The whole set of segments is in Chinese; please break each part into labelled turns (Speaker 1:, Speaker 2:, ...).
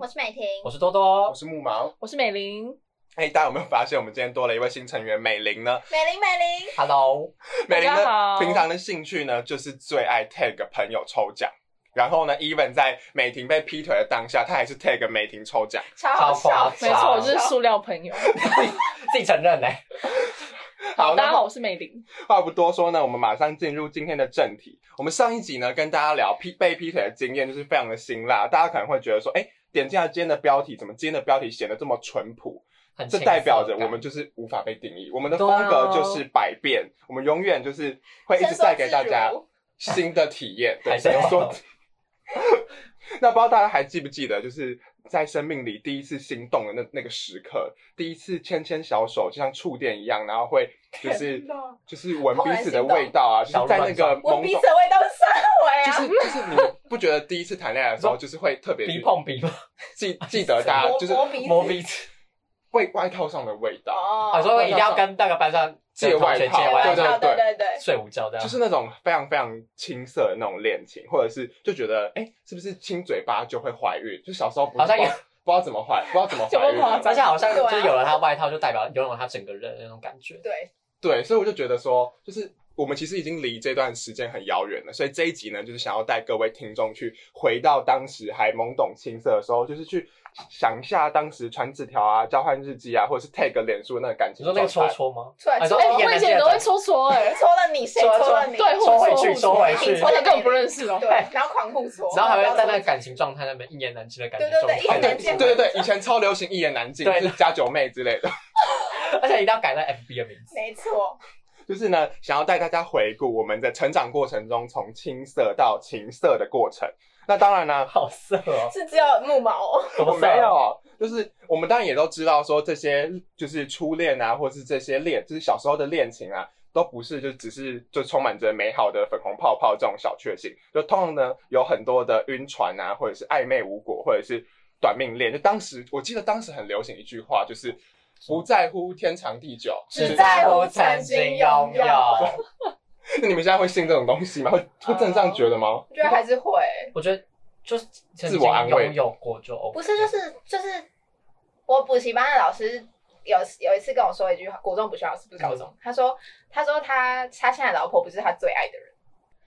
Speaker 1: 我是美婷，
Speaker 2: 我是多多
Speaker 3: 我，是木毛。
Speaker 4: 我是美玲，
Speaker 3: 哎、大家有没有发现我们今天多了一位新成员美玲呢？
Speaker 1: 美玲美玲，
Speaker 2: Hello，
Speaker 3: 美玲
Speaker 4: 大家
Speaker 3: 呢，
Speaker 4: 好
Speaker 3: 平常的兴趣呢就是最爱 tag 朋友抽奖。然后呢，even 在美婷被劈腿的当下，她还是 tag 美婷抽奖。
Speaker 1: 超好
Speaker 2: 超夸
Speaker 1: 笑，
Speaker 2: 张
Speaker 4: 没错，我就是塑料朋 友。
Speaker 2: 自己承认嘞、
Speaker 3: 好，
Speaker 4: 大家
Speaker 3: 那
Speaker 4: 好，
Speaker 3: 么
Speaker 4: 我是美玲。
Speaker 3: 话不多说呢，我们马上进入今天的正题。我们上一集呢跟大家聊劈被劈腿的经验，就是非常的辛辣。大家可能会觉得说，哎，点进来今天的标题，怎么今天的标题显得这么淳朴？
Speaker 2: 很
Speaker 3: 这
Speaker 2: 轻松
Speaker 3: 代表着
Speaker 2: 感
Speaker 3: 我们就是无法被定义，我们的
Speaker 4: 对
Speaker 3: 风
Speaker 4: 啊
Speaker 3: 格就是百变，我们永远就是会一
Speaker 1: 伸
Speaker 3: 直
Speaker 1: 缩
Speaker 3: 带给大
Speaker 1: 自
Speaker 3: 家
Speaker 1: 如
Speaker 3: 新的体验。对，
Speaker 2: 还是要
Speaker 3: 伸缩 那不知道大家还记不记得，就是在生命里第一次心动的那那个时刻，第一次牵牵小手，就像触电一样，然后会就是
Speaker 4: 天哪
Speaker 3: 就是闻
Speaker 1: 怦
Speaker 3: 彼
Speaker 1: 然
Speaker 3: 此
Speaker 1: 心
Speaker 3: 的
Speaker 1: 动
Speaker 3: 味道啊，就
Speaker 2: 小
Speaker 3: 是
Speaker 2: 鹿
Speaker 3: 在
Speaker 2: 乱
Speaker 3: 那个
Speaker 1: 我
Speaker 3: 懵
Speaker 1: 彼
Speaker 3: 懂
Speaker 1: 此，的味道是三回啊，
Speaker 3: 就是就是你们不觉得第一次谈恋爱的时候，就是会特别
Speaker 2: 逼碰逼碰
Speaker 3: 记记得大家
Speaker 1: 磨
Speaker 3: 就是
Speaker 1: 磨鼻
Speaker 2: 摸
Speaker 1: 子
Speaker 2: 鼻子，
Speaker 3: 外外套上的味道。
Speaker 1: 哦
Speaker 2: 我说一定要跟那个班上
Speaker 3: 借外
Speaker 2: 同学
Speaker 3: 套
Speaker 2: 借
Speaker 3: 对
Speaker 2: 外
Speaker 3: 对
Speaker 2: 套，
Speaker 1: 对对对，
Speaker 2: 睡午觉这样，
Speaker 3: 就是那种非常非常青涩的那种恋情，或者是就觉得哎、诶是不是亲嘴巴就会怀孕？就小时候不是
Speaker 2: 好像
Speaker 3: 不知
Speaker 2: 有
Speaker 3: 道不知道怎么怀，不知道怎么
Speaker 4: 有没
Speaker 3: 怀
Speaker 4: 有
Speaker 3: 孕
Speaker 4: 夸
Speaker 3: 的，
Speaker 4: 张
Speaker 2: 而且好像
Speaker 1: 对
Speaker 2: 就
Speaker 1: 啊
Speaker 2: 是有了他外套，就代表拥有他整个人的那种感觉。
Speaker 1: 对，
Speaker 3: 对，所以我就觉得说，就是我们其实已经离这段时间很遥远了，所以这一集呢，就是想要带各位听众去回到当时还懵懂青涩的时候，就是去想一下当时传纸条啊、交换日记啊，或者是 tag 脸书的那个感
Speaker 2: 你
Speaker 3: 情
Speaker 2: 说
Speaker 3: 状
Speaker 2: 那
Speaker 3: 态。
Speaker 2: 个戳戳吗？
Speaker 1: 出来
Speaker 2: 哎
Speaker 1: 抽
Speaker 2: 说
Speaker 4: 哎，
Speaker 2: 哎演
Speaker 4: 我
Speaker 2: 得
Speaker 4: 以前
Speaker 2: 见
Speaker 4: 都会
Speaker 2: 得
Speaker 4: 抽搓 哎，
Speaker 1: 抽了你，谁
Speaker 2: 抽了
Speaker 1: 抽了
Speaker 2: 抽
Speaker 1: 你？
Speaker 4: 对，
Speaker 2: 抽回去
Speaker 4: 互
Speaker 2: 抽回去
Speaker 4: 我根本不认识哦。
Speaker 1: 对，然后狂互搓，
Speaker 2: 然后还会在那个
Speaker 1: 个
Speaker 2: 感情状态那边一言难尽的感觉
Speaker 1: 对
Speaker 2: 中
Speaker 1: 对对
Speaker 3: 哦
Speaker 1: 一言
Speaker 3: 对
Speaker 1: 难
Speaker 2: 态，
Speaker 1: 尽
Speaker 3: 对对对，以前超流行一言难尽，
Speaker 2: 对
Speaker 3: 就是加九妹之类的。
Speaker 2: 而且一定要改那 FB 的名字。
Speaker 1: 没错，
Speaker 3: 就是呢，想要带大家回顾我们的成长过程中，从青涩到情涩的过程。那当然呢，
Speaker 2: 好色哦，
Speaker 1: 是只有木毛哦，
Speaker 2: 多
Speaker 3: 我
Speaker 2: 色啊
Speaker 3: 没有，就是我们当然也都知道说这些就是初恋啊，或是这些恋，就是小时候的恋情啊，都不是就只是就充满着美好的粉红泡泡这种小确幸，就通常呢有很多的晕船啊，或者是暧昧无果，或者是短命恋。就当时我记得当时很流行一句话，就是不在乎天长地久，
Speaker 1: 只在乎曾经拥有
Speaker 3: 那 你们现在会信这种东西吗？会会真的这样觉得吗？
Speaker 1: 我觉得还是会，
Speaker 2: 我觉得就是曾
Speaker 3: 自
Speaker 2: 经
Speaker 3: 我安慰
Speaker 2: 拥有过就 OK，
Speaker 1: 不是就是就是我补习班的老师。有有一次跟我说一句话，国中补习班老师不是高中，他说他说他他现在的老婆不是他最爱的人，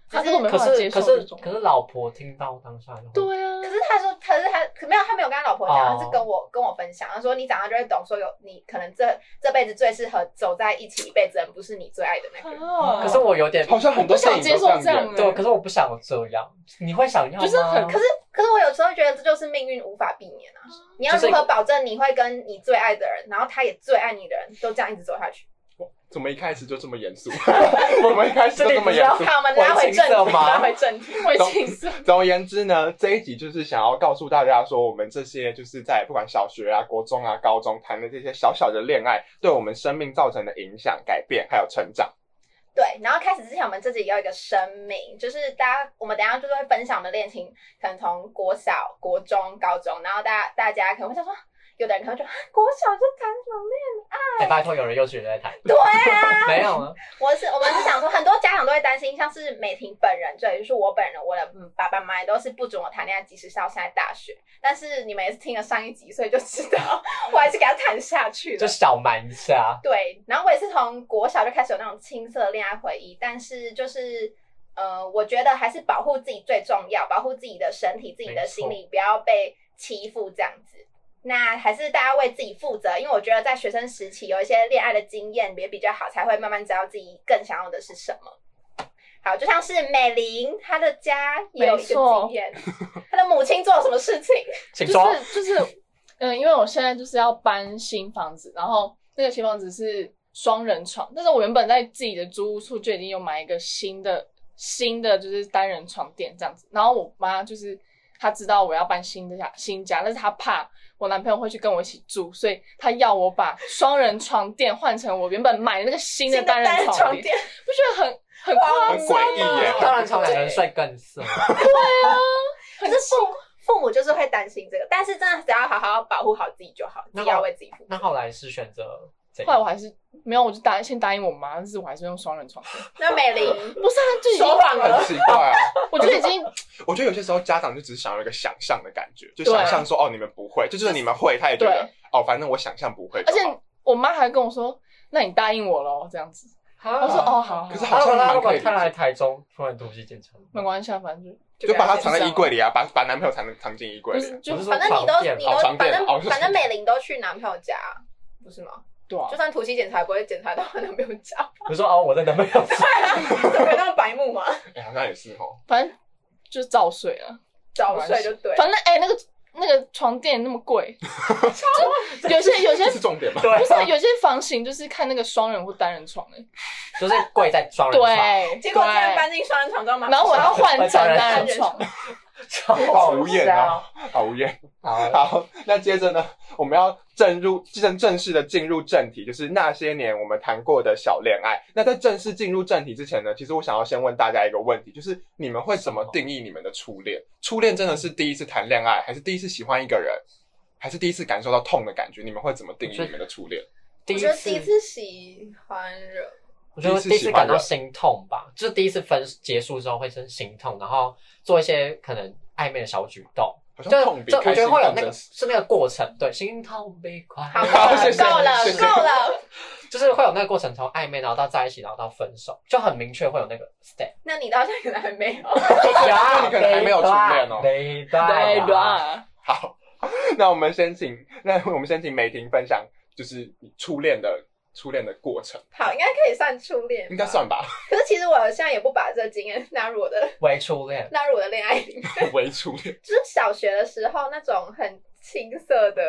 Speaker 4: 他
Speaker 1: 只
Speaker 4: 根本没
Speaker 2: 可
Speaker 4: 办法
Speaker 2: 是
Speaker 4: 接受
Speaker 2: 可
Speaker 4: 这
Speaker 2: 是
Speaker 4: 种。
Speaker 2: 可是老婆听到当下就会
Speaker 4: 对啊
Speaker 1: 可，是他说，可是他可没有，他没有跟他老婆讲，
Speaker 2: 哦
Speaker 1: 他是跟我跟我分享，他说你长大就会懂，说有你可能这这辈子最适合走在一起一辈子的人，不是你最爱的那个人。
Speaker 4: 啊
Speaker 2: 可是我有点
Speaker 3: 好像很多电影都
Speaker 4: 我不想接受
Speaker 3: 这
Speaker 4: 这
Speaker 3: 样
Speaker 4: 样
Speaker 3: 演
Speaker 4: 欸
Speaker 2: 对，可是我不想这样，啊你会想要吗？
Speaker 4: 就是很
Speaker 1: 可是可是我有时候觉得这就是命运无法避免啊！你要
Speaker 2: 就是
Speaker 1: 如何保证你会跟你最爱的人，然后他也最爱你的人，都这样一直走下去？
Speaker 3: 怎么一开始就这么严肃？ 我们一开始就这么严肃。
Speaker 1: 好，我们拉回正题，
Speaker 2: 我很青涩吗
Speaker 1: 拉回正题。
Speaker 4: 我已经是
Speaker 3: 总而言之呢，这一集就是想要告诉大家说，我们这些就是在不管小学啊、国中啊、高中谈的这些小小的恋爱，对我们生命造成的影响、改变还有 成长。
Speaker 1: 对，然后开始之前，我们自己要一个声明，就是大家，我们等一下就是会分享我们的恋情，可能从国小、国中、高中，然后大家大家可能会想说，有的人可能会觉得啊国小就谈什么恋
Speaker 2: 哎，拜托，有人又去在谈，
Speaker 1: 爱？ 对啊，
Speaker 2: 没有 啊？
Speaker 1: 我是我们是想说，很多家长都会担心，像是美婷本人，这也就是我本人，我的嗯爸爸妈妈也都是不准我谈恋爱，即使是到现在大学。但是你们也是听了上一集，所以就知道 我还是给他谈下去
Speaker 2: 就
Speaker 1: 了。
Speaker 2: 小瞒一下，
Speaker 1: 对，然后我也是从国小就开始有那种青涩的恋爱回忆，但是就是呃，我觉得还是保护自己最重要，保护自己的身体、自己的心理，不要被欺负这样子。那还是大家为自己负责，因为我觉得在学生时期有一些恋爱的经验也比较好，才会慢慢知道自己更想要的是什么。好，就像是美玲，她的家也有一
Speaker 4: 没
Speaker 1: 个
Speaker 4: 错
Speaker 1: 经验，她的母亲做了什么事情？
Speaker 2: 请说。
Speaker 4: 就是就是，嗯，因为我现在就是要搬新房子，然后那个新房子是双人床，但是我原本在自己的租屋处就已经有买一个新的新的就是单人床垫这样子，然后我妈就是她知道我要搬新的家新家，但是她怕我男朋友会去跟我一起住，所以她要我把双人床垫换成我原本买的那个新的单人床
Speaker 1: 床
Speaker 4: 垫，，不觉得很很夸
Speaker 3: 很
Speaker 4: 张啊
Speaker 1: 啊
Speaker 3: 诡异耶
Speaker 4: 吗？
Speaker 2: 当然，从两个人睡更色，啊
Speaker 1: 可是父父母就是会担心这个，但是真的只要好好保护好自己就好，自
Speaker 2: 那
Speaker 1: 己要为自己负责。
Speaker 2: 那后来是选择怎
Speaker 4: 后来
Speaker 2: 样
Speaker 4: 我还是没有，我就答先答应我妈，但是我还是用双人床。
Speaker 1: 那美玲
Speaker 4: 不是啊，就已经
Speaker 1: 说谎了
Speaker 3: 很奇怪啊。
Speaker 4: 我就已经
Speaker 3: 我觉得有些时候家长就只是想要一个想象的感觉，就
Speaker 4: 对
Speaker 3: 想象说哦你们 不会，就就是你们会，他也觉得
Speaker 4: 对
Speaker 3: 哦反正我想象不会就
Speaker 4: 而
Speaker 3: 好。
Speaker 4: 且我妈还跟我说：“那你答应我喽。”这样子，
Speaker 2: 我
Speaker 4: 我说：“哦， 好，好
Speaker 3: 可是
Speaker 4: 好
Speaker 3: 好像蛮
Speaker 2: 如
Speaker 3: 可
Speaker 2: 果
Speaker 3: 以理解
Speaker 2: 他来台中突然突击检查，
Speaker 4: 没关系啊，反正
Speaker 3: 就把它藏在
Speaker 4: 先
Speaker 3: 衣柜里啊，把把男朋友藏藏进衣
Speaker 4: 就不
Speaker 3: 柜里。啊
Speaker 4: 是就
Speaker 2: 不是说
Speaker 1: 反正你都
Speaker 2: 床垫
Speaker 1: 你
Speaker 3: 哦
Speaker 1: 都
Speaker 3: 床
Speaker 1: 反
Speaker 3: 垫哦
Speaker 1: 正
Speaker 3: 是
Speaker 1: 反正美玲都去男朋友家，不是吗？
Speaker 4: 对啊
Speaker 1: 就，算突袭检查也不会检查到她男朋友家，
Speaker 2: 我说哦，我在男朋友家，
Speaker 1: 怎么会那么白目嘛？
Speaker 3: 哎，好像也是哦。
Speaker 4: 反正就照睡啊。
Speaker 1: 早睡就对了。
Speaker 4: 反正哎、那个那个床垫那么贵，就有些有些
Speaker 3: 这是重点吗？
Speaker 4: 不是啊
Speaker 2: 对，
Speaker 4: 有些房型就是看那个双人或单人床哎、
Speaker 2: 就是跪在双人床，
Speaker 4: 对，
Speaker 1: 结果竟然
Speaker 4: 对
Speaker 1: 搬进双人床之后嘛，
Speaker 4: 然后我要换成单人床，
Speaker 2: 超
Speaker 3: 好无言哦，好无言。
Speaker 2: 好，
Speaker 3: 好，那接着呢，我们要正入正正式的进入正题，就是那些年我们谈过的小恋爱。那在正式进入正题之前呢，其实我想要先问大家一个问题，就是你们会怎么定义你们的初恋？嗯初恋真的是第一次谈恋爱，还是第一次喜欢一个人，还是第一次感受到痛的感觉？你们会怎么定义你们的初恋？
Speaker 2: 第
Speaker 1: 我
Speaker 2: 一
Speaker 1: 觉得第一
Speaker 2: 次，
Speaker 1: 次喜欢人，
Speaker 2: 我觉得第一次感到心痛吧，就是第一次分结束之后会很心痛，然后做一些可能暧昧的小举动，
Speaker 3: 好
Speaker 2: 就
Speaker 3: 像痛比
Speaker 2: 就我
Speaker 3: 开
Speaker 2: 觉
Speaker 3: 心
Speaker 2: 得会有
Speaker 3: 更
Speaker 2: 那个
Speaker 3: 真实。
Speaker 2: 是那个过程，对，心痛比快乐，
Speaker 1: 好
Speaker 3: 好谢谢
Speaker 1: 够了
Speaker 3: 谢谢
Speaker 1: 够了。
Speaker 2: 就是会有那个过程，从暧昧然后到在一起，然后到分手，就很明确会有那个 step。
Speaker 1: 那你到现在可能还没有，
Speaker 2: 呀
Speaker 3: 你可能还没有初恋哦
Speaker 2: 没
Speaker 4: 对
Speaker 2: 对
Speaker 4: 对啊，
Speaker 3: 好， 那我们先请，那我们先请美婷分享，就是你初恋的初恋的过程，
Speaker 1: 好，应该可以算初恋，
Speaker 3: 应该。算吧，
Speaker 1: 可是其实我现在也不把这个经验纳入我的
Speaker 2: 为初恋，
Speaker 1: 纳入我的恋爱里面，
Speaker 3: 为初恋。
Speaker 1: 就是小学的时候那种很青涩的，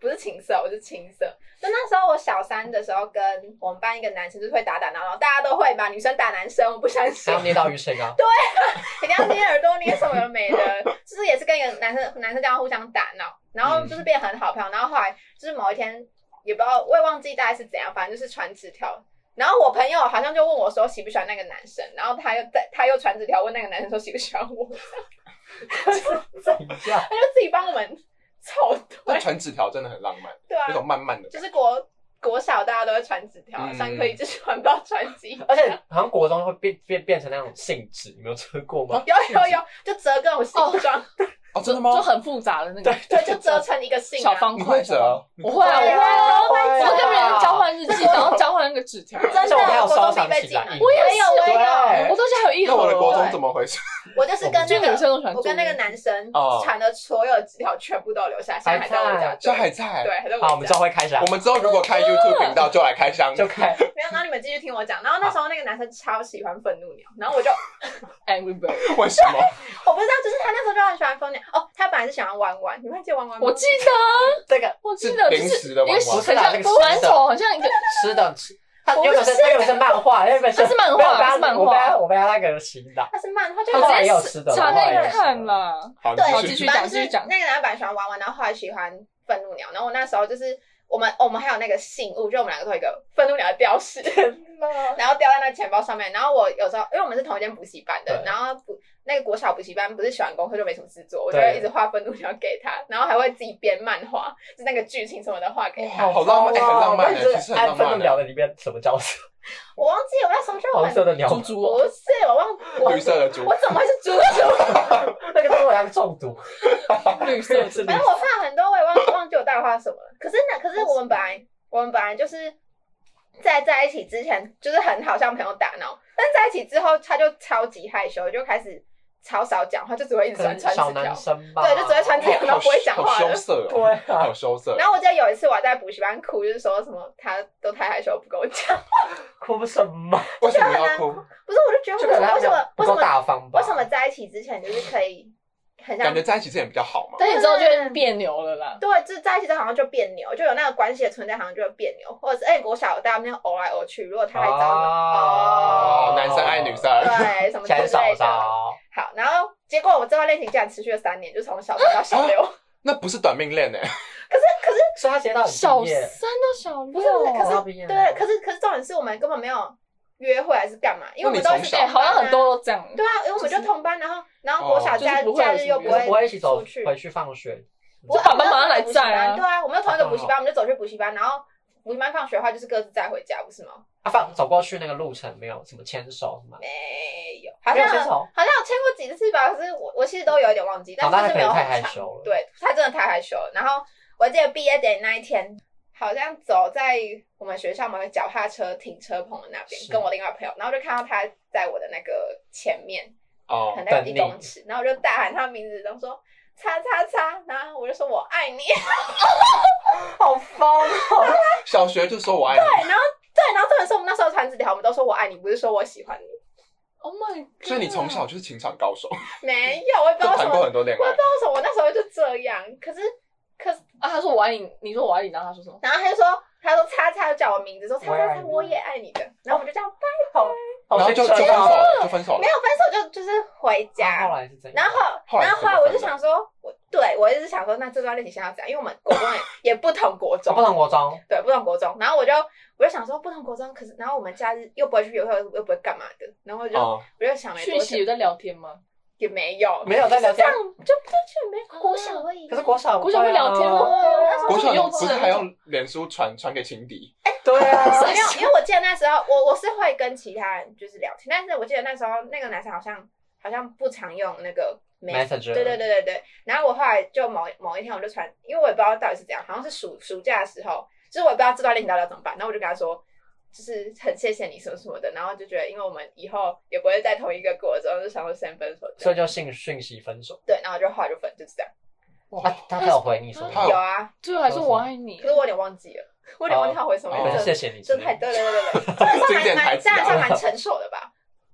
Speaker 1: 不是青涩，我是青涩。就那时候我小三的时候，跟我们班一个男生就是会打打闹闹，大家都会吧，女生打男生，我不相信
Speaker 2: 还。 要捏到鱼唇膏，
Speaker 1: 人家捏耳朵捏什么都没的，就是也是跟一个男生男生这样互相打闹，然
Speaker 2: 嗯
Speaker 1: 后就是变很好朋友，然后后来就是某一天也不知道我也忘记大概是怎样，反正就是传纸条。然后我朋友好像就问我说喜不喜欢那个男生，然后他又在他又传纸条问那个男生说喜不喜欢我，
Speaker 2: 这样
Speaker 1: 他就自己帮我们凑对
Speaker 3: 但传纸条真的很浪漫，
Speaker 1: 对
Speaker 3: 那
Speaker 1: 啊，
Speaker 3: 种慢慢的感觉。
Speaker 1: 就是国国小大家都会传纸条，啊
Speaker 3: 嗯
Speaker 1: 上课一直传到传 几。
Speaker 2: 而且好像国中会变变变成那种性质，你没有吃过吗？
Speaker 1: 有有有，就折各种形状，
Speaker 3: 哦，
Speaker 4: 就
Speaker 3: 真的吗？
Speaker 4: 就很复杂的那个，
Speaker 1: 对，就折成一个信、啊。
Speaker 4: 小方
Speaker 3: 你会
Speaker 4: 块。
Speaker 3: 折？
Speaker 4: 我会啊，我
Speaker 1: 对
Speaker 4: 会
Speaker 1: 啊
Speaker 4: 啊。
Speaker 2: 会
Speaker 4: 我会跟别人交，换日记，然后交换那个纸条。我
Speaker 1: 真的，
Speaker 2: 像我还有
Speaker 1: 国
Speaker 2: 收
Speaker 1: 中
Speaker 2: 藏
Speaker 1: 必备
Speaker 2: 起
Speaker 1: 技
Speaker 2: 来
Speaker 1: 能，
Speaker 2: 一
Speaker 1: 我
Speaker 4: 也有
Speaker 1: 我也有，
Speaker 2: 对
Speaker 4: 到现在还有一盒哦。
Speaker 3: 哎那我的国中
Speaker 1: 对
Speaker 3: 怎么回事？
Speaker 1: 我就是跟
Speaker 4: 就
Speaker 1: 那
Speaker 4: 女生
Speaker 1: 个
Speaker 4: 都喜欢
Speaker 1: 我
Speaker 4: 做
Speaker 1: 跟那个男生
Speaker 3: 哦
Speaker 1: 传的所有纸条全部都留下，现在还在我家，
Speaker 3: 现在还
Speaker 1: 对，
Speaker 3: 在。
Speaker 1: 还在
Speaker 2: 好，我
Speaker 1: 我
Speaker 2: 们
Speaker 1: 家
Speaker 2: 之。后会开始啊
Speaker 3: 我，们之后如果开 YouTube 频道，就来开 箱。
Speaker 2: 就开
Speaker 1: 没有，然后你们继续听我讲。然后那时候那个男生超喜欢愤怒鸟，然后我就
Speaker 4: Angry Bird，
Speaker 3: 为什么？
Speaker 1: 我不知道，就是他那时候就很喜欢愤怒鸟。哦，他本来是喜欢弯弯，你们还记得弯弯吗？
Speaker 4: 我记得，
Speaker 2: 这个
Speaker 4: 我记
Speaker 3: 是
Speaker 4: 得，就
Speaker 3: 零
Speaker 4: 是
Speaker 3: 食的
Speaker 4: 一
Speaker 3: 玩
Speaker 4: 个
Speaker 2: 不
Speaker 4: 很
Speaker 3: 玩。
Speaker 2: 是啦
Speaker 4: 像
Speaker 2: 那个
Speaker 4: 馒
Speaker 2: 是的
Speaker 4: 头，好像一个
Speaker 2: 吃的吃，它
Speaker 1: 不
Speaker 2: 有可是
Speaker 1: 是
Speaker 2: 它有可是漫画，因为
Speaker 4: 它是漫画
Speaker 2: 没有我被它
Speaker 4: 是漫画
Speaker 2: 我被它我被它那个洗脑，
Speaker 1: 他是漫画，就
Speaker 2: 他后来也有吃的
Speaker 4: 查
Speaker 2: 后来也有
Speaker 4: 看
Speaker 2: 吃的
Speaker 4: 看啦。
Speaker 3: 好，
Speaker 1: 对，
Speaker 4: 好
Speaker 3: 继
Speaker 4: 继续
Speaker 3: 续。
Speaker 1: 反
Speaker 4: 讲
Speaker 1: 正
Speaker 4: 继续讲
Speaker 1: 那个男的本来喜欢玩玩，然后后来喜欢愤怒鸟。然后我那时候就是我们哦我们还有那个信物，就我们两个都有一个愤怒鸟的标识， 然后掉在那个钱包上面。然后我有时候因为我们是同一间补习班的，
Speaker 2: 对
Speaker 1: 然后补那个国小补习班不是喜欢功课就没什么事做，我就
Speaker 2: 对
Speaker 1: 会一直画愤怒鸟给他，然后还会自己编漫画，就那个剧情什么的画给他。哦
Speaker 3: 哇，好浪漫，哎，很浪漫
Speaker 2: 那
Speaker 3: 的
Speaker 2: 你，
Speaker 3: 其
Speaker 2: 哦是
Speaker 3: 实
Speaker 2: 按
Speaker 3: 很
Speaker 2: 愤怒
Speaker 3: 浪漫哎
Speaker 2: 鸟
Speaker 3: 的。
Speaker 2: 的里面什么角色？
Speaker 1: 我忘记我那时候就
Speaker 2: 黄
Speaker 1: 很
Speaker 2: 色的鸟，
Speaker 4: 猪猪
Speaker 1: 不
Speaker 4: 哦，
Speaker 1: 是我忘我
Speaker 3: 绿色的猪
Speaker 1: 我怎么会是猪猪？
Speaker 2: 那个对我来说中毒，
Speaker 4: 绿色 的
Speaker 2: 是绿
Speaker 1: 反正我怕很多，我也忘忘记我带画什么了。可是呢，可是我们本来我们本来就是在在一起之前就是很好，像朋友打闹，但在一起之后他就超级害羞，就开始超少讲话，就只会一直
Speaker 2: 可能
Speaker 1: 传传
Speaker 2: 小
Speaker 1: 纸
Speaker 2: 男
Speaker 1: 条。
Speaker 2: 生 吧，
Speaker 1: 对就只会穿这个
Speaker 3: 好
Speaker 1: 不会讲
Speaker 3: 好
Speaker 1: 话
Speaker 3: 羞
Speaker 1: 的
Speaker 3: 涩哦，
Speaker 2: 对啊
Speaker 3: 好，羞涩。
Speaker 1: 然后我记得有一次我还在补习班哭，就是说什么他都太害羞不跟我讲，
Speaker 2: 哭什么？
Speaker 3: 为什么要哭？
Speaker 1: 不是我就觉得
Speaker 2: 就可能
Speaker 1: 为什么
Speaker 2: 不
Speaker 1: 为什
Speaker 2: 够
Speaker 1: 么
Speaker 2: 大方吧？
Speaker 1: 为什么在一起之前就是可以很像
Speaker 3: 感觉在一起之前比较好嘛。
Speaker 4: 但你之后就会别扭了啦。
Speaker 1: 对，就在一起之后好像就别扭，就有那个关系的存在，好像就会别扭，或者是哎，国小大家那样偶来偶去，如果他来找你们，
Speaker 2: 哦
Speaker 1: 哦，
Speaker 3: 哦，男生爱女生。
Speaker 1: 对，啊什么之
Speaker 2: 钱少
Speaker 1: 类的。
Speaker 2: 少，
Speaker 1: 好，然后结果我这段恋情竟然持续了三年，就从小三到小
Speaker 4: 哦
Speaker 1: 六。
Speaker 3: 那不是短命恋哎，
Speaker 2: 所以他直接到
Speaker 4: 小
Speaker 2: 你毕
Speaker 4: 三
Speaker 2: 业，
Speaker 4: 到小六，
Speaker 1: 不是不是，
Speaker 3: 啊
Speaker 2: 到
Speaker 1: 可
Speaker 2: 毕业
Speaker 4: 哦
Speaker 1: 是
Speaker 2: 了
Speaker 1: 对，可是可是重点是我们根本没有约会还是干嘛，因为我们都
Speaker 3: 那
Speaker 1: 是
Speaker 3: 你
Speaker 1: 同班啊
Speaker 4: 哎
Speaker 3: 从小
Speaker 4: 好像很。多都这样。
Speaker 1: 对啊，因为我们就同班，然后然后国小
Speaker 3: 哦
Speaker 1: 假
Speaker 4: 就是不会有
Speaker 1: 假日又
Speaker 4: 什
Speaker 1: 不
Speaker 2: 就
Speaker 4: 么
Speaker 2: 是
Speaker 1: 会
Speaker 2: 不会一起走
Speaker 1: 出去
Speaker 2: 回去放学，
Speaker 1: 我
Speaker 4: 爸爸妈妈来载啊
Speaker 2: 嗯
Speaker 1: 对啊，我们有同一个补习班，我们就走去补习班，然后午夜班放学的话就是各自再回家，不是吗？
Speaker 2: 啊，放走过去那个路程没有什么牵手什么的，
Speaker 1: 没有，好
Speaker 2: 没有
Speaker 1: 像
Speaker 2: 牵手。
Speaker 1: 好像有签过几次吧，可是我我其实都有一点忘记，但
Speaker 2: 好
Speaker 1: 是
Speaker 2: 那
Speaker 1: 就是
Speaker 2: 可
Speaker 1: 没有
Speaker 2: 能
Speaker 1: 很
Speaker 2: 太
Speaker 1: 长。
Speaker 2: 害羞了。，
Speaker 1: 对他真的太害羞了。然后我记得毕业典礼那一天，好像走在我们学校某个脚踏车停车棚的那边，
Speaker 2: 是
Speaker 1: 跟我另外一个朋友，然后就看到他在我的那个前面，
Speaker 3: 哦
Speaker 1: 可能大概
Speaker 2: 等
Speaker 1: 一
Speaker 2: 你
Speaker 1: 公尺，然后我就大喊他的名字，然后说。叉叉叉，然后我就说我爱你，
Speaker 2: 好疯哦！
Speaker 3: 小学就说我爱你，
Speaker 1: 对，然后这本是我们那时候传纸条，我们都说我爱你，不是说我喜欢你，
Speaker 4: Oh my god！
Speaker 3: 所以你从小就是情场高手，
Speaker 1: 没有，我也不知
Speaker 3: 就
Speaker 1: 道为什
Speaker 3: 谈过
Speaker 1: 么，
Speaker 3: 很多恋
Speaker 1: 我也
Speaker 3: 爱
Speaker 1: 不知。道为什么我那时候就这样，可是可是
Speaker 4: 啊，他说我爱你，你说我爱你，然后他说什么？
Speaker 1: 然后他就说，他说叉叉就叫我名字，说叉
Speaker 2: 我也
Speaker 1: 叉
Speaker 2: 爱
Speaker 1: 叉
Speaker 2: 你
Speaker 1: 我也爱你的，然后我们就这样，
Speaker 2: 好
Speaker 3: 然后
Speaker 2: 青
Speaker 3: 就就
Speaker 2: 春
Speaker 3: 分
Speaker 4: 啊
Speaker 3: 手
Speaker 2: 哦
Speaker 3: 了，就分手了
Speaker 1: 没。有分手就就是回
Speaker 2: 啊
Speaker 1: 家
Speaker 2: 后，来是怎
Speaker 1: 然
Speaker 2: 样？
Speaker 1: 后
Speaker 3: 后来
Speaker 1: 然
Speaker 3: 是
Speaker 1: 后后来
Speaker 3: 怎么
Speaker 1: 我就
Speaker 3: 分的
Speaker 1: 想说，我对我一直想说，那这段恋情现在要怎样？因为我们国 中也也不同国
Speaker 2: 我
Speaker 1: 中
Speaker 2: 哦不，能国中，
Speaker 1: 对，不同国中，然后我就我就想说不同国中，可是然后我们假日又不会去约会，又不会干嘛的，然后我就
Speaker 3: 哦，
Speaker 1: 我就想没多
Speaker 4: 讯息
Speaker 1: 久
Speaker 4: 有在聊天吗？
Speaker 1: 也没有，
Speaker 2: 没有在聊
Speaker 1: 这
Speaker 2: 天
Speaker 1: 样。就就就没有啊国小而已，
Speaker 2: 可是国小
Speaker 4: 国小会聊天吗
Speaker 2: 对啊
Speaker 3: 国小
Speaker 4: 啊幼
Speaker 3: 你
Speaker 4: 稚
Speaker 3: 不是还用脸书传传给情敌？
Speaker 2: 对
Speaker 1: 没
Speaker 2: 啊，
Speaker 1: 有，因为我记得那时候我我是会跟其他人就是聊天，但是我记得那时候那个男生好像好像不常用那个 mess-
Speaker 2: Messenger
Speaker 1: 对对对对对。然后我后来就某某一天我就传，因为我也不知道到底是怎样，好像是暑暑假的时候，就是我也不知道这段恋情到底要怎么办，然后我就跟他说。就是很谢谢你什么什么的，然后就觉得，因为我们以后也不会在同一个国中，就想说先分手这
Speaker 2: 所
Speaker 1: 样。
Speaker 2: 以就信讯息分手。
Speaker 1: 对，然后就后来就分，就是这样。
Speaker 2: 啊，他他有回你什
Speaker 4: 他
Speaker 2: 么？
Speaker 3: 有
Speaker 1: 有啊，
Speaker 4: 对，还是我爱你
Speaker 1: 可？是我有点忘记了，我有点忘记他回什么
Speaker 3: 哦
Speaker 1: 了。
Speaker 2: 可能
Speaker 1: 这
Speaker 2: 谢哦谢你
Speaker 1: 这
Speaker 2: 之类的，
Speaker 1: 太对对对对对，这还
Speaker 3: 经
Speaker 1: 算
Speaker 3: 典
Speaker 1: 蛮
Speaker 3: 台
Speaker 1: 蛮，
Speaker 3: 词
Speaker 1: 这
Speaker 3: 啊
Speaker 1: 还算蛮成熟的吧？